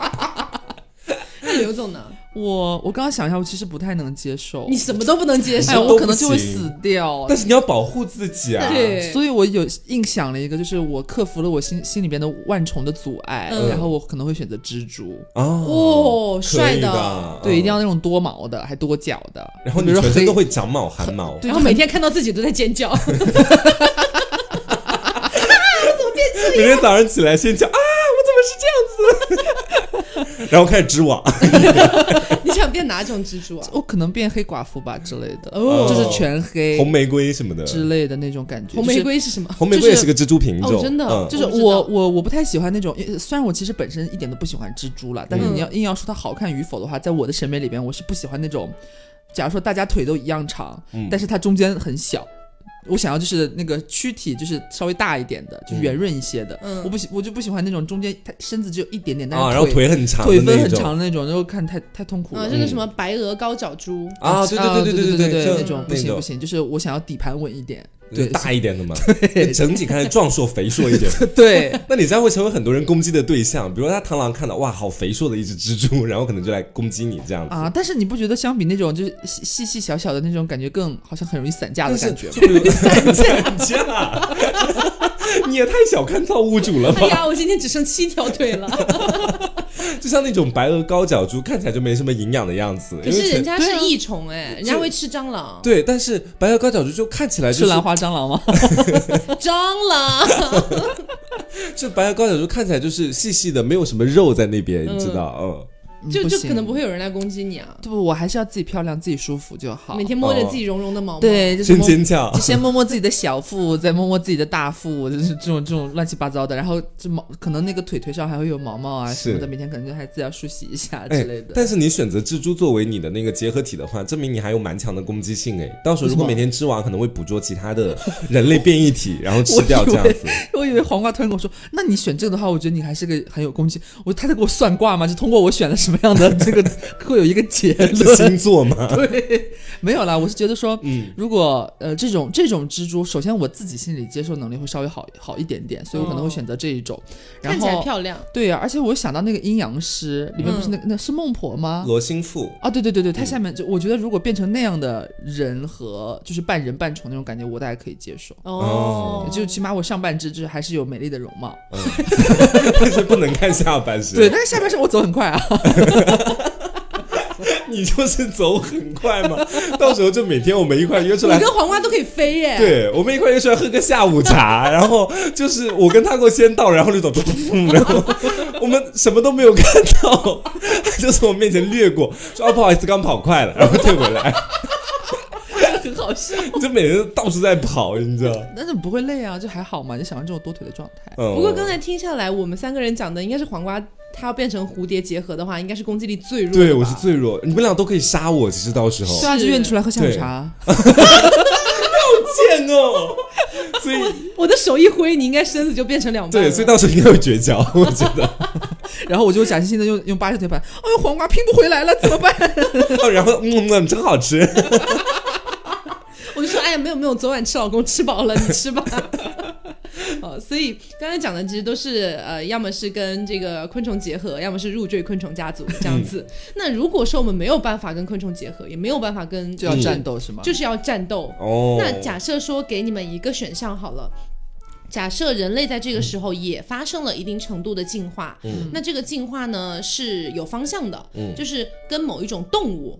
A: 那刘总呢？
C: 我我刚刚想一下，我其实不太能接受，
A: 你什么都不能接
C: 哎，
A: 受，
B: 都
C: 我可能就会
B: 不行
C: 死掉。
B: 但是你要保护自己啊。
A: 对，
C: 所以我有硬想了一个，就是我克服了我心心里边的万重的阻碍，
A: 嗯
C: 然后我可能会选择蜘蛛。
B: 哦，
A: 哦，
B: 可
A: 帅
B: 以
A: 的，
B: 的，
C: 对，
B: 嗯
C: 一定要。那种多毛的，还多角的。
B: 然后
C: 比
B: 你
C: 如
B: 全
C: 说
B: 身
C: 黑
B: 都会长毛、汗毛。
C: 对
A: 然后每天看到自己都在尖叫，
B: 每天早上起来先叫啊，我怎么是这样子？然后 开始织网。
A: 你想变哪种蜘蛛啊？
C: 哦我可能变黑寡妇吧之类的，
A: 哦
C: 就是全黑
B: 红玫瑰什么的，
C: 之类的那种感觉。
A: 红玫。瑰是什么？
B: 红玫瑰
C: 就
B: 也
C: 是
B: 是个蜘蛛品种，
A: 哦真的
B: 嗯
C: 就是
A: 我不知
C: 我
A: 道
C: 我我不太喜欢那种，因为虽然我其实本身一点都不喜欢蜘蛛了，但是
A: 嗯
C: 你要硬要说它好看与否的话，在我的审美里边，我是不喜欢那种，假如说大家腿都一样长，
B: 嗯
C: 但是它中间很小，我想要就是那个躯体就是稍微大一点的，就
B: 嗯
C: 圆润一些的，
A: 嗯
C: 我不喜我就不喜欢那种中间它身子只有一点点，但是
B: 啊，然后腿很长的
C: 腿
B: 那种，
C: 分很长的那种，然后看太太痛苦了。
A: 啊，这个什么白鹅高脚蛛，
B: 啊，对对对
C: 对
B: 对
C: 对
B: 对
C: 对，那
B: 就
C: 种不行不行，就是我想要底盘稳一点，
B: 就
C: 对
B: 大一点 的嘛，就整体看着壮硕肥硕一点。
C: 对，
B: 那你这样会成为很多人攻击的对象，比如说他螳螂看到哇，好肥硕的一只蜘蛛，然后可能就来攻击你这样子。
C: 啊，但是你不觉得相比那种就是细细细小小的那种感觉更好像很容易散架的
B: 但是
C: 感觉吗？
B: 就会有 散 架，你也太小看造物主了吧？
C: 哎
A: 哎呀，我今天只剩七条腿了，
B: 就像那种白额高脚蛛，看起来就没什么营养的样子。
A: 可
B: 因
A: 是
B: 为
A: 人
B: 全
A: 家
C: 对
A: 是
C: 啊
A: 益虫哎，人家会吃蟑螂，
B: 对，但是白额高脚蛛就看起来就是
C: 兰花蟑螂吗？
A: 蟑螂
B: 就白额高脚蛛看起来就是细细的，没有什么肉在那边，你知道？嗯，
A: 就就
C: 行
A: 可能不会有人来攻击你啊。
C: 对，我还是要自己漂亮，自己舒服就好
A: 每。天摸着
B: 哦
A: 自己绒绒的毛毛，，
C: 对，就是
B: 真
C: 摸
B: 坚强
C: 就。先摸摸自己的小腹，再摸摸自己的大腹，就是这种这种乱七八糟的。然后这毛可能那个腿腿上还会有毛毛啊什么
B: 是
C: 的，每天可能就还自己要梳洗一下
B: 哎
C: 之类的。
B: 但是你选择蜘蛛作为你的那个结合体的话，证明你还有蛮强的攻击性哎。到时候如果每天织网，可能会捕捉其他的 人类变异体，然后吃掉这样 子。
C: 我以为黄瓜突然跟我说：“那你选这个的话，我觉得你还是个很有攻击。”我他在给我算卦嘛，就通过我选了什么样的这个 会有一个结
B: 是
C: 论。
B: 星座吗？
C: 对， 没有啦，我是觉得说，
B: 嗯，
C: 如果呃这种这种蜘蛛，首先我自己心理接受能力会稍微好好一点点，所以我可能会
A: 哦
C: 选择这一种。然
A: 看
C: 后
A: 起来漂亮，
C: 对呀、而且我想到那个阴阳师里面不是那个、那是孟婆 吗？
B: 罗星富。
C: 啊，对对对对，他下面就我觉得如果变成那样的人和就是半人半虫那种感觉，我大概可以接受。
A: 哦，
C: 就起码我上半肢就是还是有美丽的容貌，
B: 但是不能看下半身。
C: 对，，但是下半身我走很快啊，
B: 你就是走很快嘛，到时候就每天我们一块约出
A: 你
B: 来
A: 跟。黄瓜都可以飞耶，，
B: 对，我们一块约出来喝个下午茶，然后就是我跟他给我先到，然后就走，然后我们什么都没有看到，就从我面前掠过，说啊不好意思，刚跑快了，然后退回来，
C: 很好笑。
B: 就每天到处在跑，你知道？
C: 但是不会累啊，就还好嘛，就想要这种多腿的状态。
B: 嗯，
A: 不过刚才听下来，我们三个人讲的应该是黄瓜，它要变成蝴蝶结合的话，应该是攻击力最弱的吧。
B: 对我是最弱，你们俩都可以杀我，其实到时候
C: 对啊，就约你出来喝下午
B: 哦对
C: 茶。
B: 贱哦，所以
A: 我的手一挥，你应该身子就变成两半了。
B: 对，所以到时候应该会绝交，我觉得。
C: 然后我就假惺惺的用用八十腿板，哎呦，黄瓜拼不回来了，怎么办？
B: 哦，然后嗯嗯，真好吃。
A: 我就说，哎呀，没有没有，昨晚吃老公吃饱了，你 吃吧。 哦，所以刚才讲的其实都是呃，要么是跟这个昆虫结合，要么是入赘昆虫家族这样子。
B: 嗯
A: 那如果说我们没有办法跟昆虫结合，也没有办法跟
C: 就要
B: 嗯
C: 战斗是吗？
A: 就是要战斗。
B: 哦
A: 那假设说给你们一个选项好了。假设人类在这个时候也发生了一定程度的进化，那这个进化呢是有方向的，就是跟某一种动物，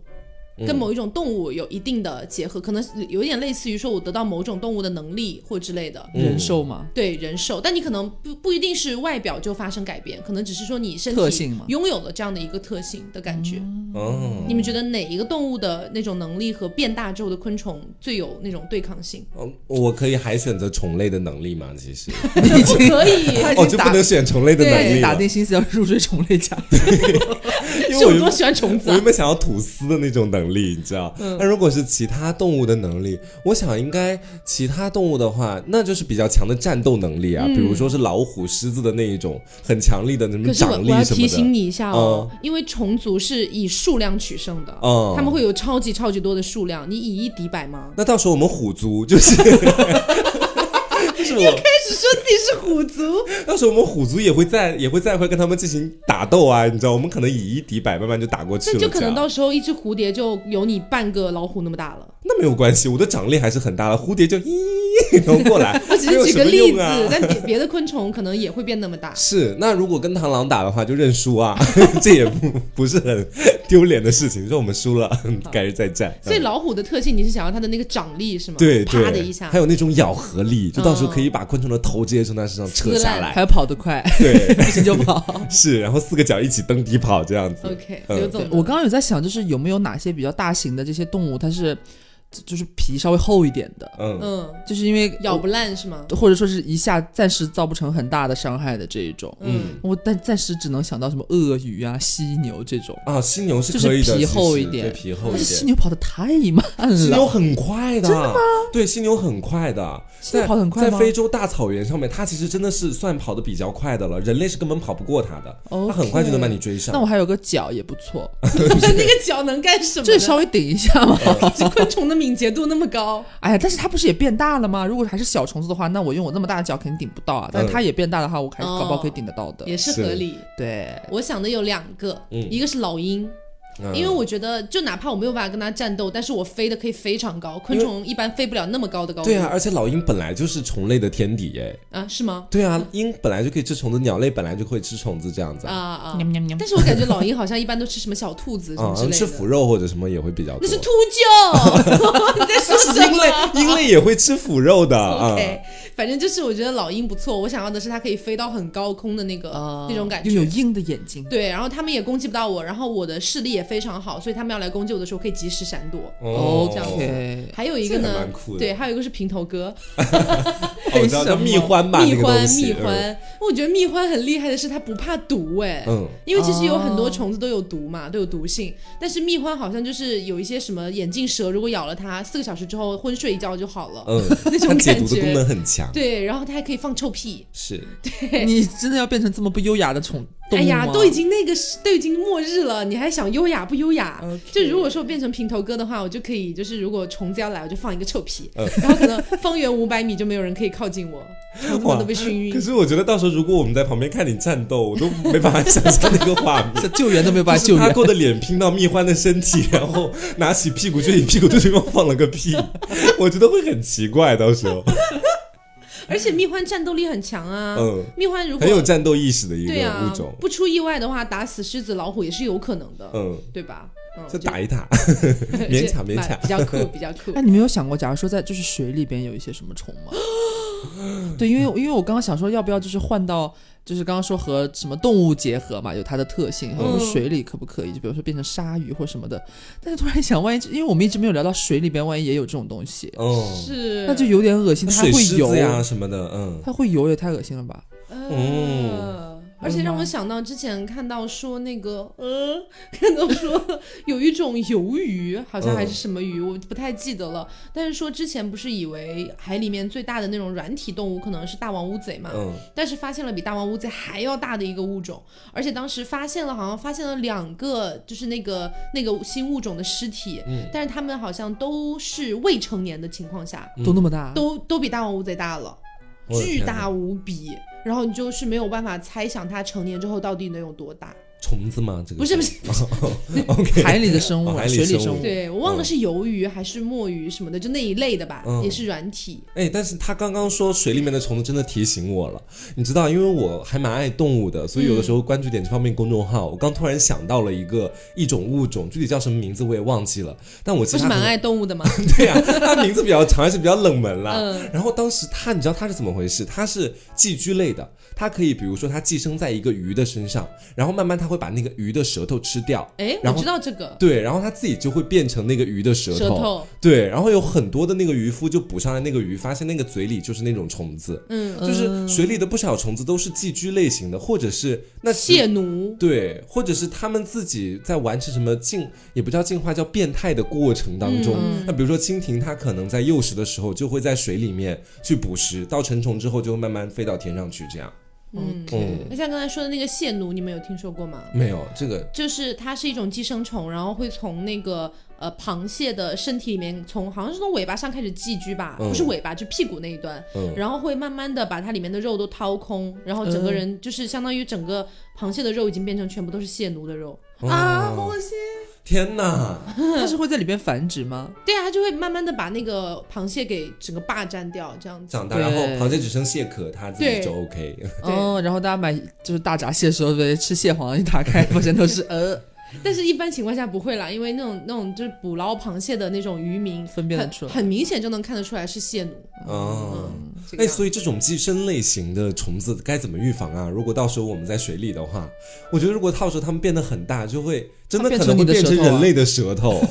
A: 跟某一种动物有一定的结合，可能有点类似于说我得到某种动物的能力或之类的，
B: 嗯
C: 人兽 嘛，
A: 对人兽，但你可能不不一定是外表就发生改变，可能只是说你身
C: 特
A: 体
C: 性嘛嗯
A: 拥有了这样的一个特性的感觉。
B: 哦，
A: 你们觉得哪一个动物的那种能力和变大之后的昆虫最有那种对抗性？
B: 嗯我可以还选择虫类的能力吗？其实
C: 已经
A: 可以，
C: 他已
B: 哦，
C: 经
B: 就
C: 打
B: 不能选虫类的能
C: 已
B: 力
C: 经打
B: 了，
C: 定心思要入赘虫类家。
B: 因
A: 是
B: 为我
A: 有多
B: 原
A: 喜欢虫子
B: 我原
A: 啊？
B: 本想要吐丝的那种能力，你知道？
A: 嗯
B: 那、如果是其他动物的能力，我想应该其他动物的话，那就是比较强的战斗能力啊，比如说是老虎、狮子的那一种很强力的那
A: 嗯可
B: 种
A: 是我
B: 掌
A: 我
B: 力
A: 要
B: 什
A: 提醒
B: 么的。
A: 你一下哦，因为虫族是以数量取胜的，
B: 嗯
A: 他们会有超级超级多的数量，你以一敌百吗？
B: 那到时候我们虎族 就是，就是我，
A: 开始 说自己是虎族，
B: 到时候我们虎族也会在也会在一块跟他们进行打斗啊，你知道，我们可能以一敌百，慢慢就打过去了
A: 那
B: 这
A: 就可
B: 样。
A: 能到时候一只蝴蝶就有你半个老虎那么大了。。
B: 那没有关系，我的掌力还是很大的，蝴蝶就咦，然后过来
A: 我只
B: 没
A: 是
B: 有
A: 举
B: 什
A: 个
B: 么
A: 例
B: 用
A: 子，
B: 啊。
A: 但别别的昆虫可能也会变那么大
B: 是，那如果跟螳螂打的话，就认输啊， 这也不不是很丢脸的事情。说我们输了， 改日再战。
A: 所以
B: 嗯
A: 老虎的特性，你是想要它的那个掌力是吗？
B: 对对，
A: 啪的一下
B: 还，有那种咬合力，就到时候
A: 嗯
B: 可以把昆虫的头直接从它身上扯
A: 撕
B: 下
A: 烂
B: 来
C: 还。要跑得快，
B: 对，
C: 不行就跑。
B: 是，然后四个脚一起蹬地跑这样子。
A: OK，
B: 嗯
A: 刘总
C: 对
A: 呢，
C: 我刚刚有在想，就是有没有哪些比较大型的这些动物，它是就是皮稍微厚一点的，
B: 嗯，
A: 嗯，
C: 就是因为
A: 咬不烂是吗？
C: 或者说是一下暂时造不成很大的伤害的这一种。
A: 嗯，
C: 我但暂时只能想到什么鳄鱼啊、犀牛这种，
B: 啊，犀牛是
C: 就是
B: 可以的，
C: 皮
B: 其
C: 厚
B: 实
C: 一点
B: 对，皮厚
C: 但
B: 一
C: 是
B: 点。
C: 犀牛跑得太慢
B: 犀牛
C: 了，
B: 很快的，真的吗？对，犀牛很快的，
C: 犀牛
B: 在
C: 跑得很快
B: 在
C: 吗
B: 非洲大草原上面，它其实真的是算跑得比较快的了，人类是根本跑不过它的，它
C: OK
B: 很快就能把你追上。
C: 那我还有个脚也不错，
A: 那个脚能干什么呢？
C: 这 稍微顶一下嘛。
A: 昆虫的敏捷度那么高，
C: 哎呀，但是它不是也变大了吗？如果还是小虫子的话，那我用我那么大的脚肯定顶不到啊。但是它也变大的话，我哦还是搞不好可以顶得到的。
A: 也是合理。
C: 对，
A: 我想的有两个，
B: 嗯
A: 一个是老鹰，
B: 嗯
A: 因为我觉得就哪怕我没有办法跟它战斗，但是我飞的可以非常高，昆虫一般飞不了那么高的高度。
B: 对啊，而且老鹰本来就是虫类的天敌哎。
A: 啊，是吗？
B: 对啊，鹰本来就可以吃虫子，鸟类本来就会吃虫子这样子
A: 啊
B: 啊，
A: 啊！但是我感觉老鹰好像一般都吃什么小兔子什么
B: 啊
A: 之类的，
B: 吃腐肉啊或者什么也会比较多。
A: 那是秃鹫， 你在说什
B: 鹰类
A: 么？，
B: 鹰类也会吃腐肉的 啊。
A: OK，反正就是我觉得老鹰不错，我想要的是它可以飞到很高空的那个、
B: 啊
A: 那种感
C: 拥有
A: 觉。
C: 鹰的眼睛，
A: 对，然后他们也攻击不到我，然后我的视力也非常好，所以他们要来攻击我的时候可以及时闪躲。
B: 哦，
A: 这样子
C: OK，
A: 还有一个
B: 这还
A: 呢
B: 蛮酷，的
A: 对，还有一个是平头哥，
B: 哦，我知道叫蜜獾吧，
A: 蜜
B: 那个东
A: 獾，蜜
B: 西。嗯
A: 獾，我觉得蜜獾很厉害的是它不怕毒，哎，
B: 嗯，嗯
A: 因为其实有很多虫子都有毒嘛，都有毒性，但是蜜獾好像就是有一些什么眼镜蛇，如果咬了它，四个小时之后昏睡一觉就好了，
B: 嗯，
A: 那种
B: 它解
A: 感
B: 毒的功能
A: 觉。
B: 很强，
A: 对，然后它还可以放臭屁，
B: 是
C: 你真的要变成这么不优雅的宠动物
A: 哎呀，
C: 吗
A: 都已经那个是都已经末日了，你还想优雅不优雅
B: 嗯
C: OK
A: 就如果说变成平头哥的话，我就可以，就是如果虫子要来，我就放一个臭屁，
B: 嗯
A: 然后可能方圆五百米就没有人可以靠近我，虫子们都被熏
B: 可
A: 晕。
B: 是我觉得到时候如果我们在旁边看你战斗，我都没办法想象那个画 面。
C: 这救援都没有办
B: 就
C: 法
B: 是
C: 救
B: 他
C: 援，
B: 过的脸拼到蜜獾的身体，然后拿起屁股对你屁股对对方放了个 屁，我觉得会很奇怪，到时候，
A: 而且蜜獾战斗力很强啊，
B: 嗯，
A: 蜜獾如果
B: 很有战斗意识的一
A: 对
B: 个
A: 啊
B: 物种，，
A: 不出意外的话，打死狮子、老虎也是有可能的，
B: 嗯，
A: 对吧？嗯，
B: 就
A: 就
B: 打一打，
A: 就
B: 勉强
A: 蛮
B: 勉强
A: 比较 酷，比较酷
C: 哎，。你没有想过，假如说在就是水里边有一些什么虫 吗？对，因为因为我刚刚想说，要不要就是换到就是刚刚说和什么动物结合嘛，有它的特性，然后
A: 嗯
C: 水里可不可以？就比如说变成鲨鱼或什么的。但是突然想，万一因为我们一直没有聊到水里边，万一也有这种东西，
B: 嗯，
A: 是，
C: 那就有点恶心。它
B: 水
C: 会
B: 狮
C: 游
B: 子呀什么的，嗯，
C: 它会游也太恶心了吧？
A: 呃，而且让我想到之前看到说那个呃， 看到说有一种鱿鱼，好像还是什么鱼，我不太记得了。但是说之前不是以为海里面最大的那种软体动物可能是大王乌贼嘛，
B: 嗯，
A: 但是发现了比大王乌贼还要大的一个物种，而且当时发现了好像发现了两个就是那个那个新物种的尸体，
B: 嗯
A: 但是他们好像都是未成年的情况下，
B: 嗯
C: 都那么大，
A: 都都比大王乌贼大了，
B: 啊我的
A: 巨
B: 天
A: 大
B: 哪
A: 无比。然后你就是没有办法猜想它成年之后到底能有多大。
B: 虫子吗？这个哦
A: 不是不是
B: ，OK，
C: 海里 的生物
B: 哦
C: 啊，
B: 海里
C: 水里
B: 生
C: 生
B: 物
C: 物。
A: 对我忘了是鱿鱼还是墨鱼什么的，就那一类的吧，
B: 嗯
A: 也是软体。
B: 哎，但是他刚刚说水里面的虫子真的提醒我了，你知道，因为我还蛮爱动物的，所以有的
A: 嗯
B: 时候关注点这方面公众号，我刚突然想到了一个一种物种，具体叫什么名字我也忘记了，但我其
A: 不是
B: 实它
A: 蛮
B: 很
A: 爱动物的 吗？
B: 对呀、它名字比较长，而且比较冷门啦。
A: 嗯
B: 然后当时它，你知道它是怎么回事？它是寄居类的，它可以比如说它寄生在一个鱼的身上，然后慢慢它会把那个鱼的舌头吃掉，
A: 哎，我
B: 然后
A: 知道这个
B: 对，然后它自己就会变成那个鱼的舌头。
A: 舌头，
B: 对，然后有很多的那个渔夫就捕上来那个鱼，发现那个嘴里就是那种虫子，
A: 嗯，
B: 就是水里的不少虫子都是寄居类型的，或者是那只
A: 蟹奴，
B: 对，或者是他们自己在完成什么进，也不叫进化，叫变态的过程当中。那比如说蜻蜓，它可能在幼时的时候就会在水里面去捕食，到成虫之后就会慢慢飞到天上去，这样。
A: 嗯，
B: 嗯，
A: 那像刚才说的那个蟹奴，你们有听说过吗？
B: 没有这个，
A: 就是它是一种寄生虫，然后会从那个呃螃蟹的身体里面，从好像是从尾巴上开始寄居吧，
B: 嗯
A: 不是尾巴，就屁股那一端，
B: 嗯
A: 然后会慢慢的把它里面的肉都掏空，然后整个人就是相当于整个螃蟹的肉已经变成全部都是蟹奴的肉。
B: 啊，好恶心！天哪，
C: 它是会在里边繁殖吗？
A: 对啊，它就会慢慢的把那个螃蟹给整个霸占掉，这样子。
B: 长大
C: 对
B: 然后螃蟹只剩蟹壳，它自己
A: 对
B: 就 OK。
A: 对
C: 哦，然后大家买就是大闸蟹的时候，对吃蟹黄一 打开，发现都 是呃，
B: 嗯
A: 但是，一般情况下不会啦，因为那种那种就是捕捞螃蟹的那种渔民，
C: 分辨得
A: 很
C: 出来
A: 很明显就能看得出来是蟹奴。
B: 哦，
A: 嗯这个
B: 哎，
A: 样子
B: 所以这种寄生类型的虫子该怎么预防啊？如果到时候我们在水里的话，我觉得如果到时候它们变得很大，就会真的
C: 它变
B: 可能
C: 成
B: 会
C: 你的
B: 变成
C: 舌头啊
B: 人类的舌 头，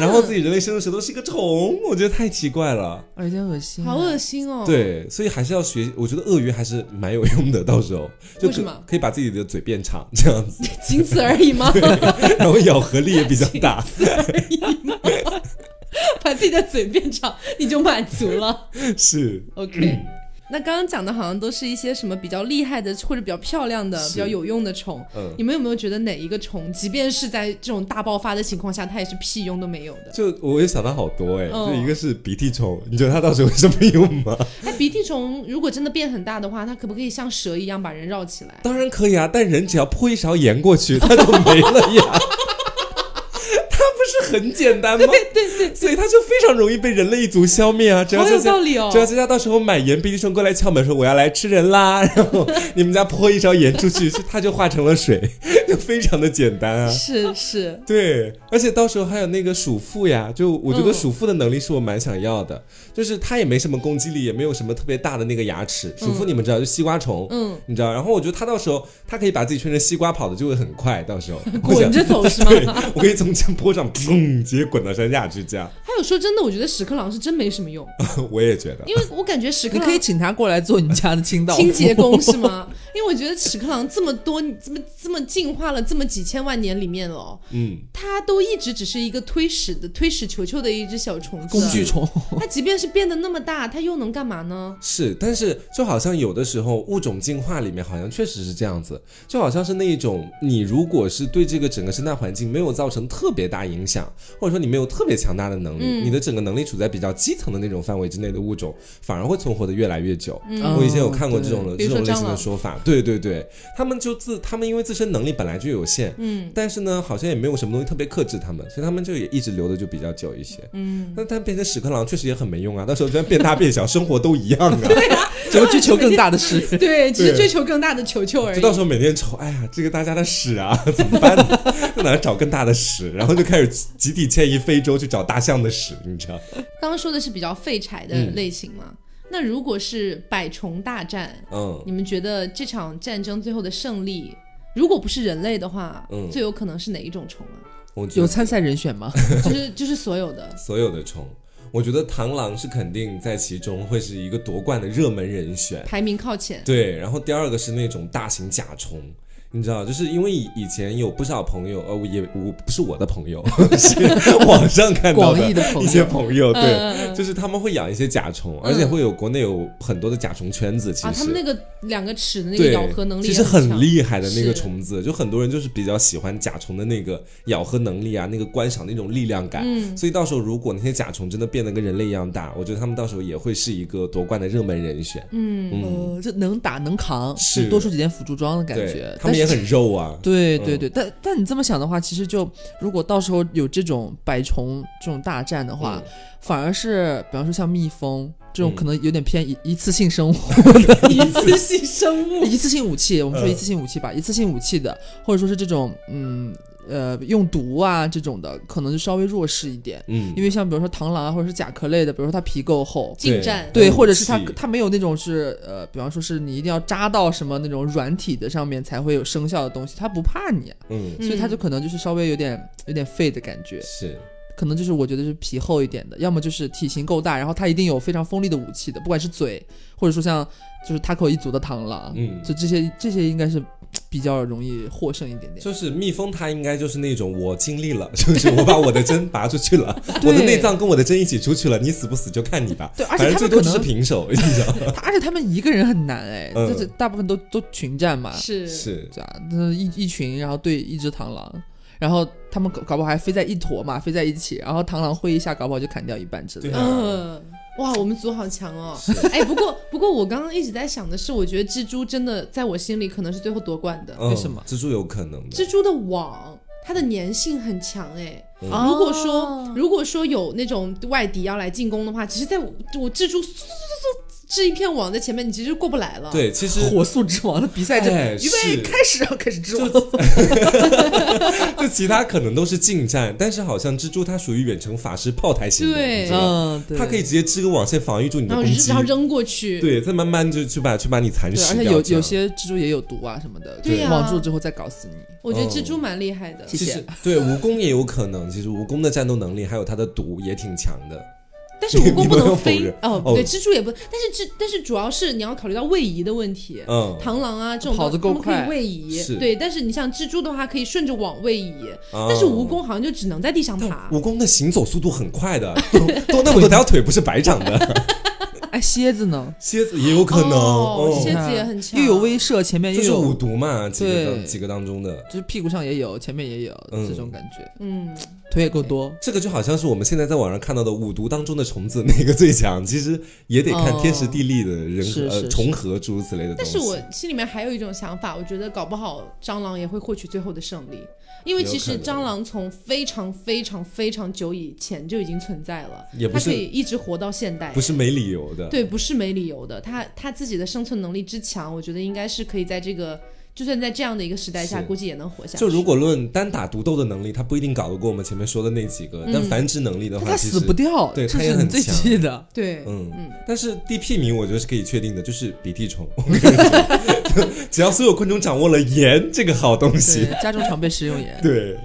B: 然后自己人类生的舌头是一个虫，我觉得太奇怪了。
C: 有点恶心，啊
A: 好恶心哦！，
B: 对，所以还是要学，我觉得鳄鱼还是蛮有用的，到时候就
A: 为什
B: 可
A: 么
B: 可以把自己的嘴变长这样子，
A: 仅此而已吗？
B: 然后咬合力也比较大，
A: 把自己的嘴变长，你就满足了。
B: 是
A: OK，那刚刚讲的好像都是一些什么比较厉害的或者比较漂亮的、
B: 是
A: 比较有用的虫。
B: 嗯
A: 你们有没有觉得哪一个虫，即便是在这种大爆发的情况下，它也是屁用都没有的？
B: 就我也想到好多哎、
A: 哦
B: 就一个是鼻涕虫，你觉得它到时候有什么用吗？
A: 哎，鼻涕虫如果真的变很大的话，它可不可以像蛇一样把 人绕起来？
B: 当然可以啊，但人只要泼一勺盐过去，它就没了呀。很简单吗？对对对，所以它就非常容易被人类一族消灭啊！只要
A: 好
B: 佳
A: 有
B: 佳
A: 道，理哦
B: 只。要佳佳到时候买盐冰生过来敲门说我要来吃人啦， 然后你们家泼一勺盐出去， 就它就化成了水，就非常的简单啊。
A: 是是，
B: 对，而且到时候还有那个鼠妇呀，就我觉得
A: 嗯
B: 鼠妇的能力是我蛮想要的，就是它也没什么攻击力，也没有什么特别大的那个牙齿。鼠妇你们知道，就西瓜虫，
A: 嗯，
B: 你知道。然后我觉得它到时候它可以把自己圈成西瓜，跑的就会很快。到时候我
A: 滚
B: 想，
A: 着走是吗？
B: 对，我可以从山坡上砰直接滚到山下去，这样
A: 还有说真的，我觉得屎壳郎是真没什么用，
B: 我也觉得。
A: 因为我感觉屎壳
C: 你可以
A: 郎
C: 请他过来做你家的啊清道夫
A: 清洁工是吗？因为我觉得屎壳郎这么多这么这么进化了这么几千万年里面哦，
B: 嗯，
A: 它都一直只是一个推屎的推屎球球的一只小虫子。
C: 工具虫。
A: 它即便是变得那么大，它又能干嘛呢？
B: 是，但是就好像有的时候物种进化里面好像确实是这样子，就好像是那一种你如果是对这个整个生态环境没有造成特别大影响，或者说你没有特别强大的能力，你的整个能力处在比较基层的那种范围之内的物种，反而会存活的越来越久。
C: 嗯
B: 我以前有看过这种、
C: 哦
B: 呃这
A: 比如说
B: 种类
A: 蟑
B: 型的
A: 螂
B: 说法，对对对，他们就自他们因为自身能力本来就有限，
A: 嗯，
B: 但是呢，好像也没有什么东西特别克制他们，所以他们就也一直留的就比较久一些。嗯，那但变成屎壳郎确实也很没用啊，到时候真变大变小，生活都一样啊。
C: 只会追求更大的事。
A: 对，只是
B: 对
A: 追求更大的球球而
B: 就
A: 已。
B: 到时候每天愁，哎呀，这个大家的屎啊，怎么办呢？在哪儿找更大的屎？然后就开始集体迁移非洲去找大象的屎，你知道？
A: 刚刚说的是比较废柴的类型嘛？那如果是百虫大战，
B: 嗯，
A: 你们觉得这场战争最后的胜利，如果不是人类的话，
B: 嗯
A: 最有可能是哪一种虫啊？
B: 我觉
C: 有
B: 得
C: 参赛人选吗？
A: 就是 就是所有的。
B: 所有的虫，我觉得螳螂是肯定在其中会是一个夺冠的热门人选。
A: 排名靠前，
B: 对，然后第二个是那种大型甲虫。你知道，就是因为以以前有不少朋友，呃，我也我不是我的朋友， 是网上看到
C: 广
B: 的
C: 义的朋
B: 一些
C: 友，
B: 朋友，对，
A: 嗯嗯嗯
B: 就是他们会养一些甲虫，而且会有国内有很多的甲虫圈子，其实、
A: 啊，他们那个两个齿的那个
B: 对，
A: 咬合能力
B: 其
A: 也
B: 实很
A: 强
B: 厉害的那
A: 是
B: 个虫子，就很多人就是比较喜欢甲虫的那个咬合能力啊，那个观赏那种力量感。
A: 嗯
B: 所以到时候如果那些甲虫真的变得跟人类一样大，我觉得他们到时候也会是一个夺冠的热门人选。
A: 嗯，
B: 嗯，
C: 呃，这能打能扛，
B: 是
C: 多出几件辅助装的感
B: 对
C: 觉，。
B: 他们也
C: 但是
B: 很肉啊。
C: 对
B: 嗯
C: 对对，但但你这么想的话，其实就如果到时候有这种百虫这种大战的话，反而是比方说像蜜蜂这种
B: 嗯
C: 可能有点偏一一次性生物、
A: 一次性生物，
C: 一次性武器，我
B: 嗯
C: 们说一次性武器吧，一次性武器的，或者说是这种嗯呃用毒啊这种的，可能就稍微弱势一点。
B: 嗯，
C: 因为像比如说螳螂啊，或者是甲壳类的，比如说它皮够厚，
A: 近战
C: 对，或者是它
B: 武器
C: 它没有那种是呃，比方说是你一定要扎到什么那种软体的上面才会有生效的东西，它不怕你啊、
B: 嗯
A: 嗯
C: 所以它就可能就是稍微有点有点废的感觉，
B: 是
C: 可能就是我觉得是皮厚一点的，要么就是体型够大，然后它一定有非常锋利的武器的，不管是嘴，或者说像就是 taco 一族的螳螂，
B: 嗯
C: 就这些这些应该是比较容易获胜一点点。
B: 就是蜜蜂，它应该就是那种我尽力了， 就是我把我的针拔出去 了，我的内脏跟我的针一起出去了，你死不死就看你吧。
C: 对而
B: 反
C: 且
B: 正
C: 它
B: 最
C: 们
B: 多
C: 可
B: 只是
C: 能，
B: 平手，你知道？
C: 它而且他们一个人很难哎，
B: 嗯
C: 就是大部分都都群战嘛，
A: 是
B: 是，
C: 对啊，那一一群，然后对一只螳螂，然后他们搞搞不好还飞在一坨嘛，飞在一起，然后螳螂挥一下，搞不好就砍掉一半之
B: 对
C: 类的。
B: 啊
A: 嗯。哇，我们组好强哦！哎，不过不过，我刚刚一直在想的是，我觉得蜘蛛真的在我心里可能是最后夺冠的。
B: 嗯
C: 为什么
B: 蜘蛛有可能的？
A: 蜘蛛的网，它的粘性很强哎。
C: 哦
A: 如果说如果说有那种外敌要来进攻的话，其实在我我蜘蛛嗖嗖嗖嗖织一片网在前面，你其实过不来了。，
B: 对，其实
C: 火速之王的比赛就
B: 啊哎
C: 预备
B: 是
C: 开始，然后开始之王，
B: 就其他可能都是近战，但是好像蜘蛛它属于远程法师炮台型的，
A: 对
B: 你知道吗
C: 嗯，对，
B: 它哎可以直接织个网线防御住你的
A: 然后
B: 攻
A: 扔
B: 击
A: 然，后扔过去。
B: 对，再慢慢就去把去把你蚕
C: 对，
B: 食
C: 而且
B: 掉。
C: 有
B: 这
C: 有
B: 样
C: 些蜘蛛也有毒啊什么的，
A: 对呀
C: 网住之后再搞死你。
A: 我觉得
B: 嗯
A: 蜘蛛蛮厉害的。
C: 其
B: 其
C: 谢谢
B: 实对蜈蚣也有可能，其实蜈蚣的战斗能力还有它的毒也挺强的。
A: 但是蜈
B: 你
A: 蚣不
B: 不要
A: 能
B: 否
A: 飞
B: 认
A: 哦，
B: 哦
A: 对，蜘蛛也不，但是蜘但是主要是你要考虑到位移的问题。
B: 嗯，
A: 螳螂啊，这种
C: 跑得
A: 东
C: 够
A: 西它们可
C: 快
A: 以位移
B: 是，
A: 对。但是你像蜘蛛的话，可以顺着网位移，
B: 啊
A: 但是蜈蚣好像就只能在地上爬。
B: 蜃，蜈蚣的行走速度很快的，多多那么多条腿不是白长的。
C: 哎，蝎子呢？
B: 蝎子也有可能，
A: 哦
B: 嗯
A: 蝎子
C: 看
A: 也很强
C: 又有威慑，前面
B: 就
C: 又
B: 是
C: 有，
B: 五毒嘛，几个
C: 对
B: 当几个当中的。
C: 就是屁股上也有，前面也有、
B: 嗯
C: 这种感觉，
A: 嗯，
C: 腿也够多。
B: 这个就好像是我们现在在网上看到的五毒当中的虫子哪个最强，其实也得看
C: 哦
B: 天时地利的人和、
C: 是是
B: 呃
C: 是
B: 重合诸如此类的东
A: 但
B: 西。
A: 是我心里面还有一种想法，我觉得搞不好蟑螂也会获取最后的胜利，因为
B: 有
A: 其实
B: 可能啊
A: 蟑螂从非常非常非常久以前就已经存在了，
B: 也不
A: 它
B: 是
A: 可以一直活到现代
B: 不。是没理由的，
A: 对，不是没理由的，它它自己的生存能力之强，我觉得应该是可以在这个，就算在这样的一个时代下，
B: 是
A: 估计也能活下去。
B: 就如果论单打独斗的能力，它不一定搞得过我们前面说的那几个，但繁殖能力的
C: 嗯但
B: 话，
C: 它
B: 其
C: 死
B: 实
C: 不掉，
B: 对
C: 这
B: 它也
C: 是你
B: 很
C: 最
B: 强
C: 气的。
A: 对，
B: 嗯
A: 嗯，
B: 但是地屁名我觉得是可以确定的，就是鼻 涕虫。我跟你说就只要所有昆虫掌握了盐这个好东西
C: 对，，家中常备食用盐。
B: 对，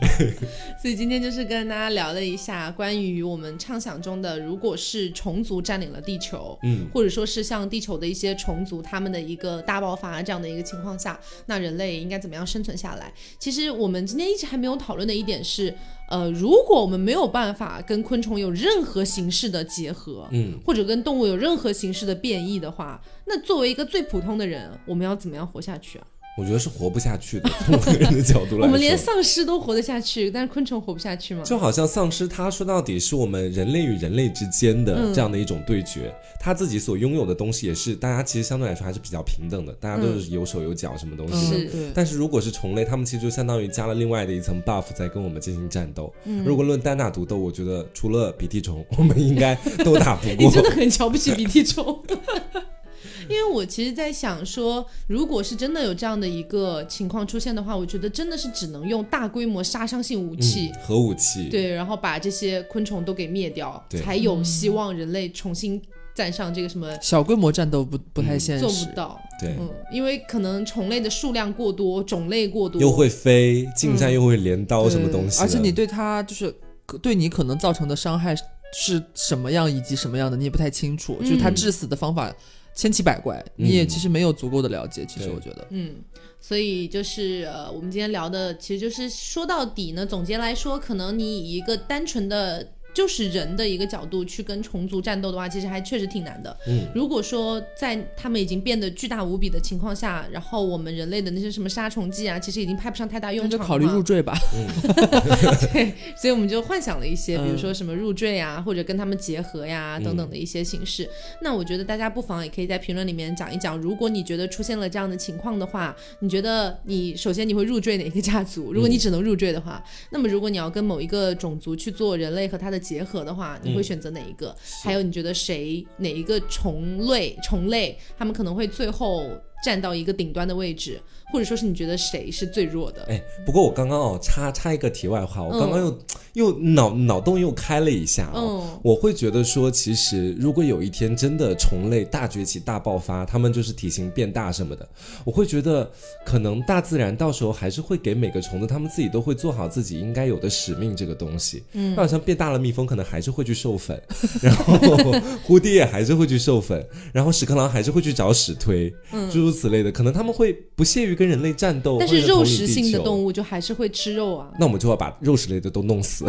A: 所以今天就是跟大家聊了一下关于我们畅想中的，如果是虫族占领了地球，
B: 嗯，
A: 或者说是像地球的一些虫族他们的一个大爆发这样的一个情况下，那人类应该怎么样生存下来？其实我们今天一直还没有讨论的一点是，呃，如果我们没有办法跟昆虫有任何形式的结合，
B: 嗯，
A: 或者跟动物有任何形式的变异的话，那作为一个最普通的人，我们要怎么样活下去啊？
B: 我觉得是活不下去的。 从我个 人的角度来说，
A: 我们连丧尸都活得下去，但是昆虫活不下去吗？
B: 就好像丧尸，它说到底是我们人类与人类之间
A: 嗯
B: 的这样的一种对决，它自己所拥有的东西也是大家其实相对来说还是比较平等的，大家都是有手有脚，什么东西的。
A: 嗯是
C: 嗯对，
B: 但是如果是虫类，它们其实就相当于加了另外的一层 buff 在跟我们进行战斗。如果论单打独斗，我觉得除了鼻涕虫，我们应该都打不
A: 你
B: 过。
A: 真的很瞧不起鼻涕虫。 因为我其实，在想说，如果是真的有这样的一个情况出现的话，我觉得真的是只能用大规模杀伤性武器，
B: 嗯、核武器，
A: 对，然后把这些昆虫都给灭掉，
B: 对
A: 才有希望人类重新站上这个什么。
C: 小规模战斗不不太现
A: 做
C: 实
A: 不。到，
B: 对
A: 嗯，因为可能虫类的数量过多，种类过多，
B: 又会飞，近战又会镰刀，什么东西的？
C: 而且你对它就是可对你可能造成的伤害是什么样以及什么样的，你也不太清楚。就是它
A: 嗯
C: 致死的方法千奇百怪，你也其实没有足够的了解。其
B: 嗯
C: 实
B: 对
C: 我觉得，
A: 嗯，所以就是呃，我们今天聊的，其实就是说到底呢，总结来说，可能你以一个单纯的。就是人的一个角度去跟虫族战斗的话，其实还确实挺难的。
B: 嗯，
A: 如果说在他们已经变得巨大无比的情况下，然后我们人类的那些什么杀虫剂啊，其实已经派不上太大用场
C: 那就
A: 了嘛。
C: 考虑入赘吧。
A: 对，所以我们就幻想了一些，比如
C: 嗯
A: 说什么入赘呀、或者跟他们结合呀等等的一些形式。那我觉得大家不妨也可以在评论里面讲一讲，如果你觉得出现了这样的情况的话，你觉得你首先你会入赘哪个家族？如果你只能入赘的话，那么如果你要跟某一个种族去做人类和它的结合的话，你会选择哪一个？还有你觉得谁哪一个虫类虫类他们可能会最后站到一个顶端的位置，或者说是你觉得谁是最弱的？
B: 哎，不过我刚刚哦，插插一个题外话，我刚刚
A: 嗯
B: 又、又脑脑洞又开了一下哦。
A: 嗯
B: 我会觉得说，其实如果有一天真的虫类大崛起、大爆发，它们就是体型变大什么的，我会觉得可能大自然到时候还是会给每个虫子，它们自己都会做好自己应该有的使命这个东西。嗯，那好像变大了，蜜蜂可能还是会去授粉，然后蝴蝶也还是会去授粉，然后屎壳郎还是会去找屎推，诸如此类的，可能它们会不屑于跟人类战斗，
A: 嗯但是肉食性的
B: 物。
A: 动物就还是会吃肉啊。
B: 那我们就要把肉食类的都弄 死，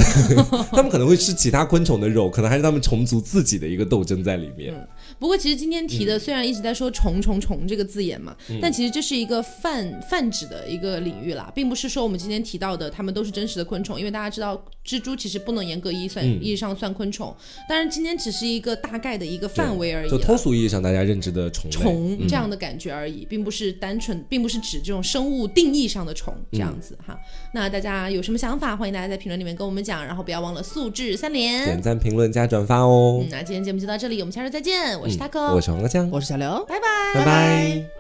B: 他们可能会吃其他昆虫的肉，可能还是他们虫族自己的一个斗争在里面。
A: 不过其实今天提
B: 嗯
A: 的虽然一直在说“虫虫虫”这个字眼嘛，但其实这是一个泛泛指的一个领域啦，并不是说我们今天提到的它们都是真实的昆虫，因为大家知道蜘蛛其实不能严格意义算、
B: 嗯
A: 意义上算昆虫，当然今天只是一个大概的一个范围而已
B: 就
A: 啦。
B: 通俗意义上大家认知的虫类，
A: 虫
B: 嗯
A: 这样的感觉而已，并不是单纯，并不是指这种生物定义上的虫这
B: 嗯
A: 样子哈。那大家有什么想法，欢迎大家在评论里面跟我们讲，然后不要忘了素质三连
B: 点。赞、评论、加转发哦
A: 嗯嗯。，那今天节目就到这里，我们下周再见。我是
B: 嗯
A: Taco，、
B: 我是黄瓜酱，
C: 我是小刘。
B: 拜拜